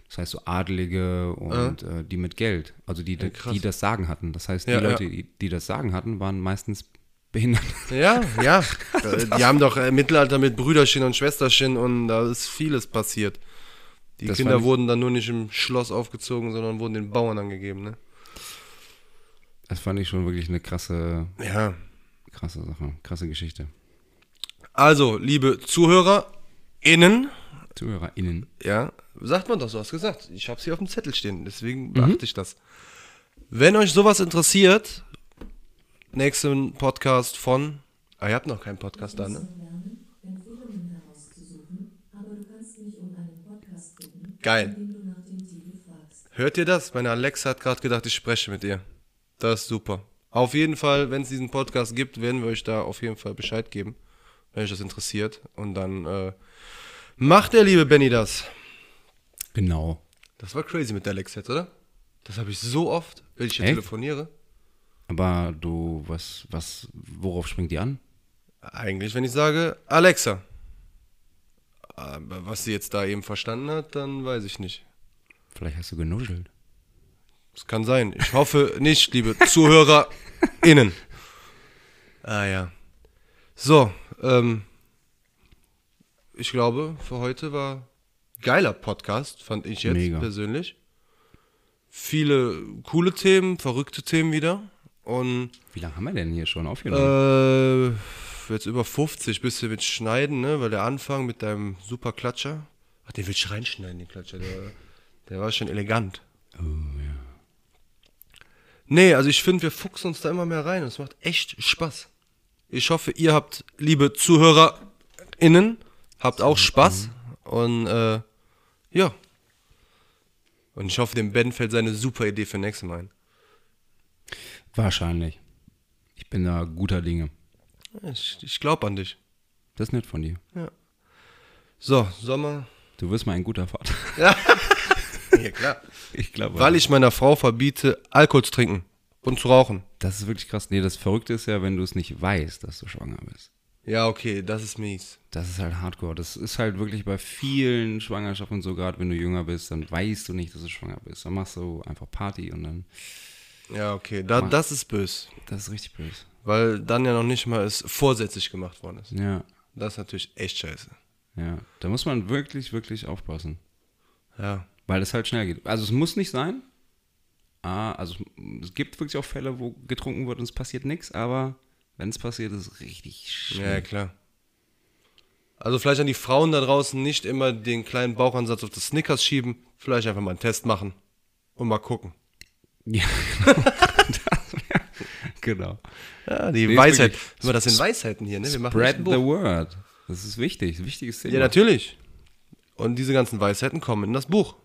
S1: Das heißt so Adelige und äh, die mit Geld. Also die, die das Sagen hatten. Das heißt, die
S2: Ah. Ja, ja.
S1: Leute, Die, die das Sagen hatten, waren meistens behindert.
S2: Ja, ja. Äh, die haben doch äh, im Mittelalter mit Brüderchen und Schwesterchen und da ist vieles passiert. Die
S1: Das war
S2: Kinder
S1: nicht-
S2: wurden dann nur nicht im Schloss aufgezogen, sondern wurden den Bauern angegeben, ne?
S1: Das fand ich schon wirklich eine krasse,
S2: Ja.
S1: krasse Sache, krasse Geschichte.
S2: Also, liebe ZuhörerInnen,
S1: ZuhörerInnen.
S2: ja, sagt man doch, so hast gesagt. Ich hab's hier auf dem Zettel stehen, deswegen beachte ich das. Wenn euch sowas interessiert, nächsten Podcast von. Ah, ihr habt noch keinen Podcast da, ne?
S3: lernen, Empfehlungen herauszusuchen, aber du kannst mich um einen Podcast bitten,
S2: Geil.
S3: indem du nach dem Titel fragst.
S2: Hört ihr das? Meine Alexa hat gerade gedacht, ich spreche mit ihr. Das ist super. Auf jeden Fall, wenn es diesen Podcast gibt, werden wir euch da auf jeden Fall Bescheid geben, wenn euch das interessiert. Und dann äh, macht der liebe Benny das.
S1: Genau.
S2: Das war crazy mit der Alexa jetzt, oder? Das habe ich so oft, wenn ich hier
S1: Echt?
S2: telefoniere.
S1: Aber du, was, was, worauf springt die an?
S2: Eigentlich, wenn ich sage, Alexa. Aber was sie jetzt da eben verstanden hat, dann weiß ich nicht.
S1: Vielleicht hast du genuschelt.
S2: Es kann sein. Ich hoffe nicht, liebe ZuhörerInnen. Ah ja. So, ähm, ich glaube, für heute war geiler Podcast, fand ich jetzt
S1: Mega.
S2: persönlich. Viele coole Themen, verrückte Themen wieder. Und
S1: Wie lange haben wir denn hier schon aufgenommen?
S2: äh, jetzt über 50 bist du mit Schneiden, ne? Weil der Anfang mit deinem super Klatscher. Ach, den willst du reinschneiden, den Klatscher. Der, der war schon elegant.
S1: oh, ja.
S2: Nee, also ich finde, wir fuchsen uns da immer mehr rein. und Es macht echt Spaß. Ich hoffe, ihr habt, liebe ZuhörerInnen, habt auch Spaß. Und äh, ja. Und ich hoffe, dem Ben fällt seine super Idee für nächstes Mal ein.
S1: Wahrscheinlich. Ich bin da guter Dinge.
S2: Ich, ich glaube an dich.
S1: Das ist nett von dir.
S2: So, Sommer.
S1: Du wirst mal ein guter Vater.
S2: Ja, klar.
S1: Ich glaube.
S2: Weil ich meiner Frau verbiete, Alkohol zu trinken und zu rauchen.
S1: Das ist wirklich krass. Nee, das Verrückte ist ja, wenn du es nicht weißt, dass du schwanger bist.
S2: Ja, okay, das ist mies.
S1: Das ist halt hardcore. Das ist halt wirklich bei vielen Schwangerschaften so, gerade wenn du jünger bist, dann weißt du nicht, dass du schwanger bist. Dann machst du einfach Party und dann.
S2: Ja, okay, da, das ist böse.
S1: Das ist richtig böse.
S2: Weil dann ja noch nicht mal es vorsätzlich gemacht worden ist.
S1: Ja,
S2: Das ist natürlich echt scheiße.
S1: ja. Da muss man wirklich, wirklich aufpassen.
S2: Ja.
S1: Weil es halt schnell geht. Also es muss nicht sein. Ah, also es gibt wirklich auch Fälle, wo getrunken wird und es passiert nichts, aber wenn es passiert, ist es richtig
S2: Ja, ja,
S1: schlimm.
S2: klar. Also vielleicht an die Frauen da draußen nicht immer den kleinen Bauchansatz auf das Snickers schieben, vielleicht einfach mal einen Test machen und mal gucken.
S1: Ja, genau.
S2: Ja, die
S1: Nee, ist
S2: Weisheit.
S1: wirklich-
S2: Aber das sind Weisheiten hier, ne? Wir machen
S1: Spread
S2: echt ein
S1: the
S2: Buch.
S1: word. Das ist wichtig, wichtiges Thema.
S2: Ja, natürlich. Und diese ganzen Weisheiten kommen in das Buch.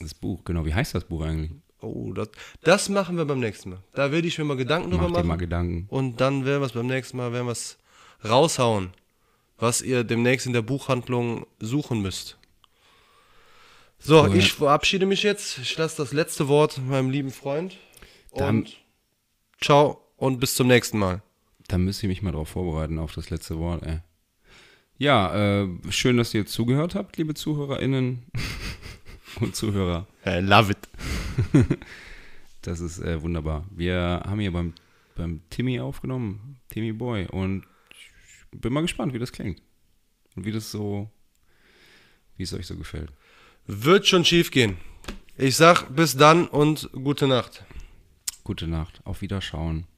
S1: Das Buch, genau. Wie heißt das Buch eigentlich?
S2: Oh, das, das machen wir beim nächsten Mal. Da werde ich mir mal Gedanken drüber
S1: Mach dir
S2: machen.
S1: mal Gedanken.
S2: Und dann werden wir es beim nächsten Mal werden wir es raushauen, was ihr demnächst in der Buchhandlung suchen müsst. So,
S1: Cool.
S2: ich verabschiede mich jetzt. Ich lasse das letzte Wort meinem lieben Freund.
S1: Dann-
S2: Und ciao und bis zum nächsten Mal.
S1: Da müsste ich mich mal drauf vorbereiten, auf das letzte Wort, ey. Ja, äh, schön, dass ihr zugehört habt, liebe ZuhörerInnen und Zuhörer.
S2: I love it.
S1: Das ist äh, wunderbar. Wir haben hier beim, beim Timmy aufgenommen, Timmy Boy, und ich bin mal gespannt, wie das klingt. Und wie das so, wie es euch so gefällt.
S2: Wird schon schief gehen. Ich sag bis dann und gute Nacht.
S1: Gute Nacht, auf Wiederschauen.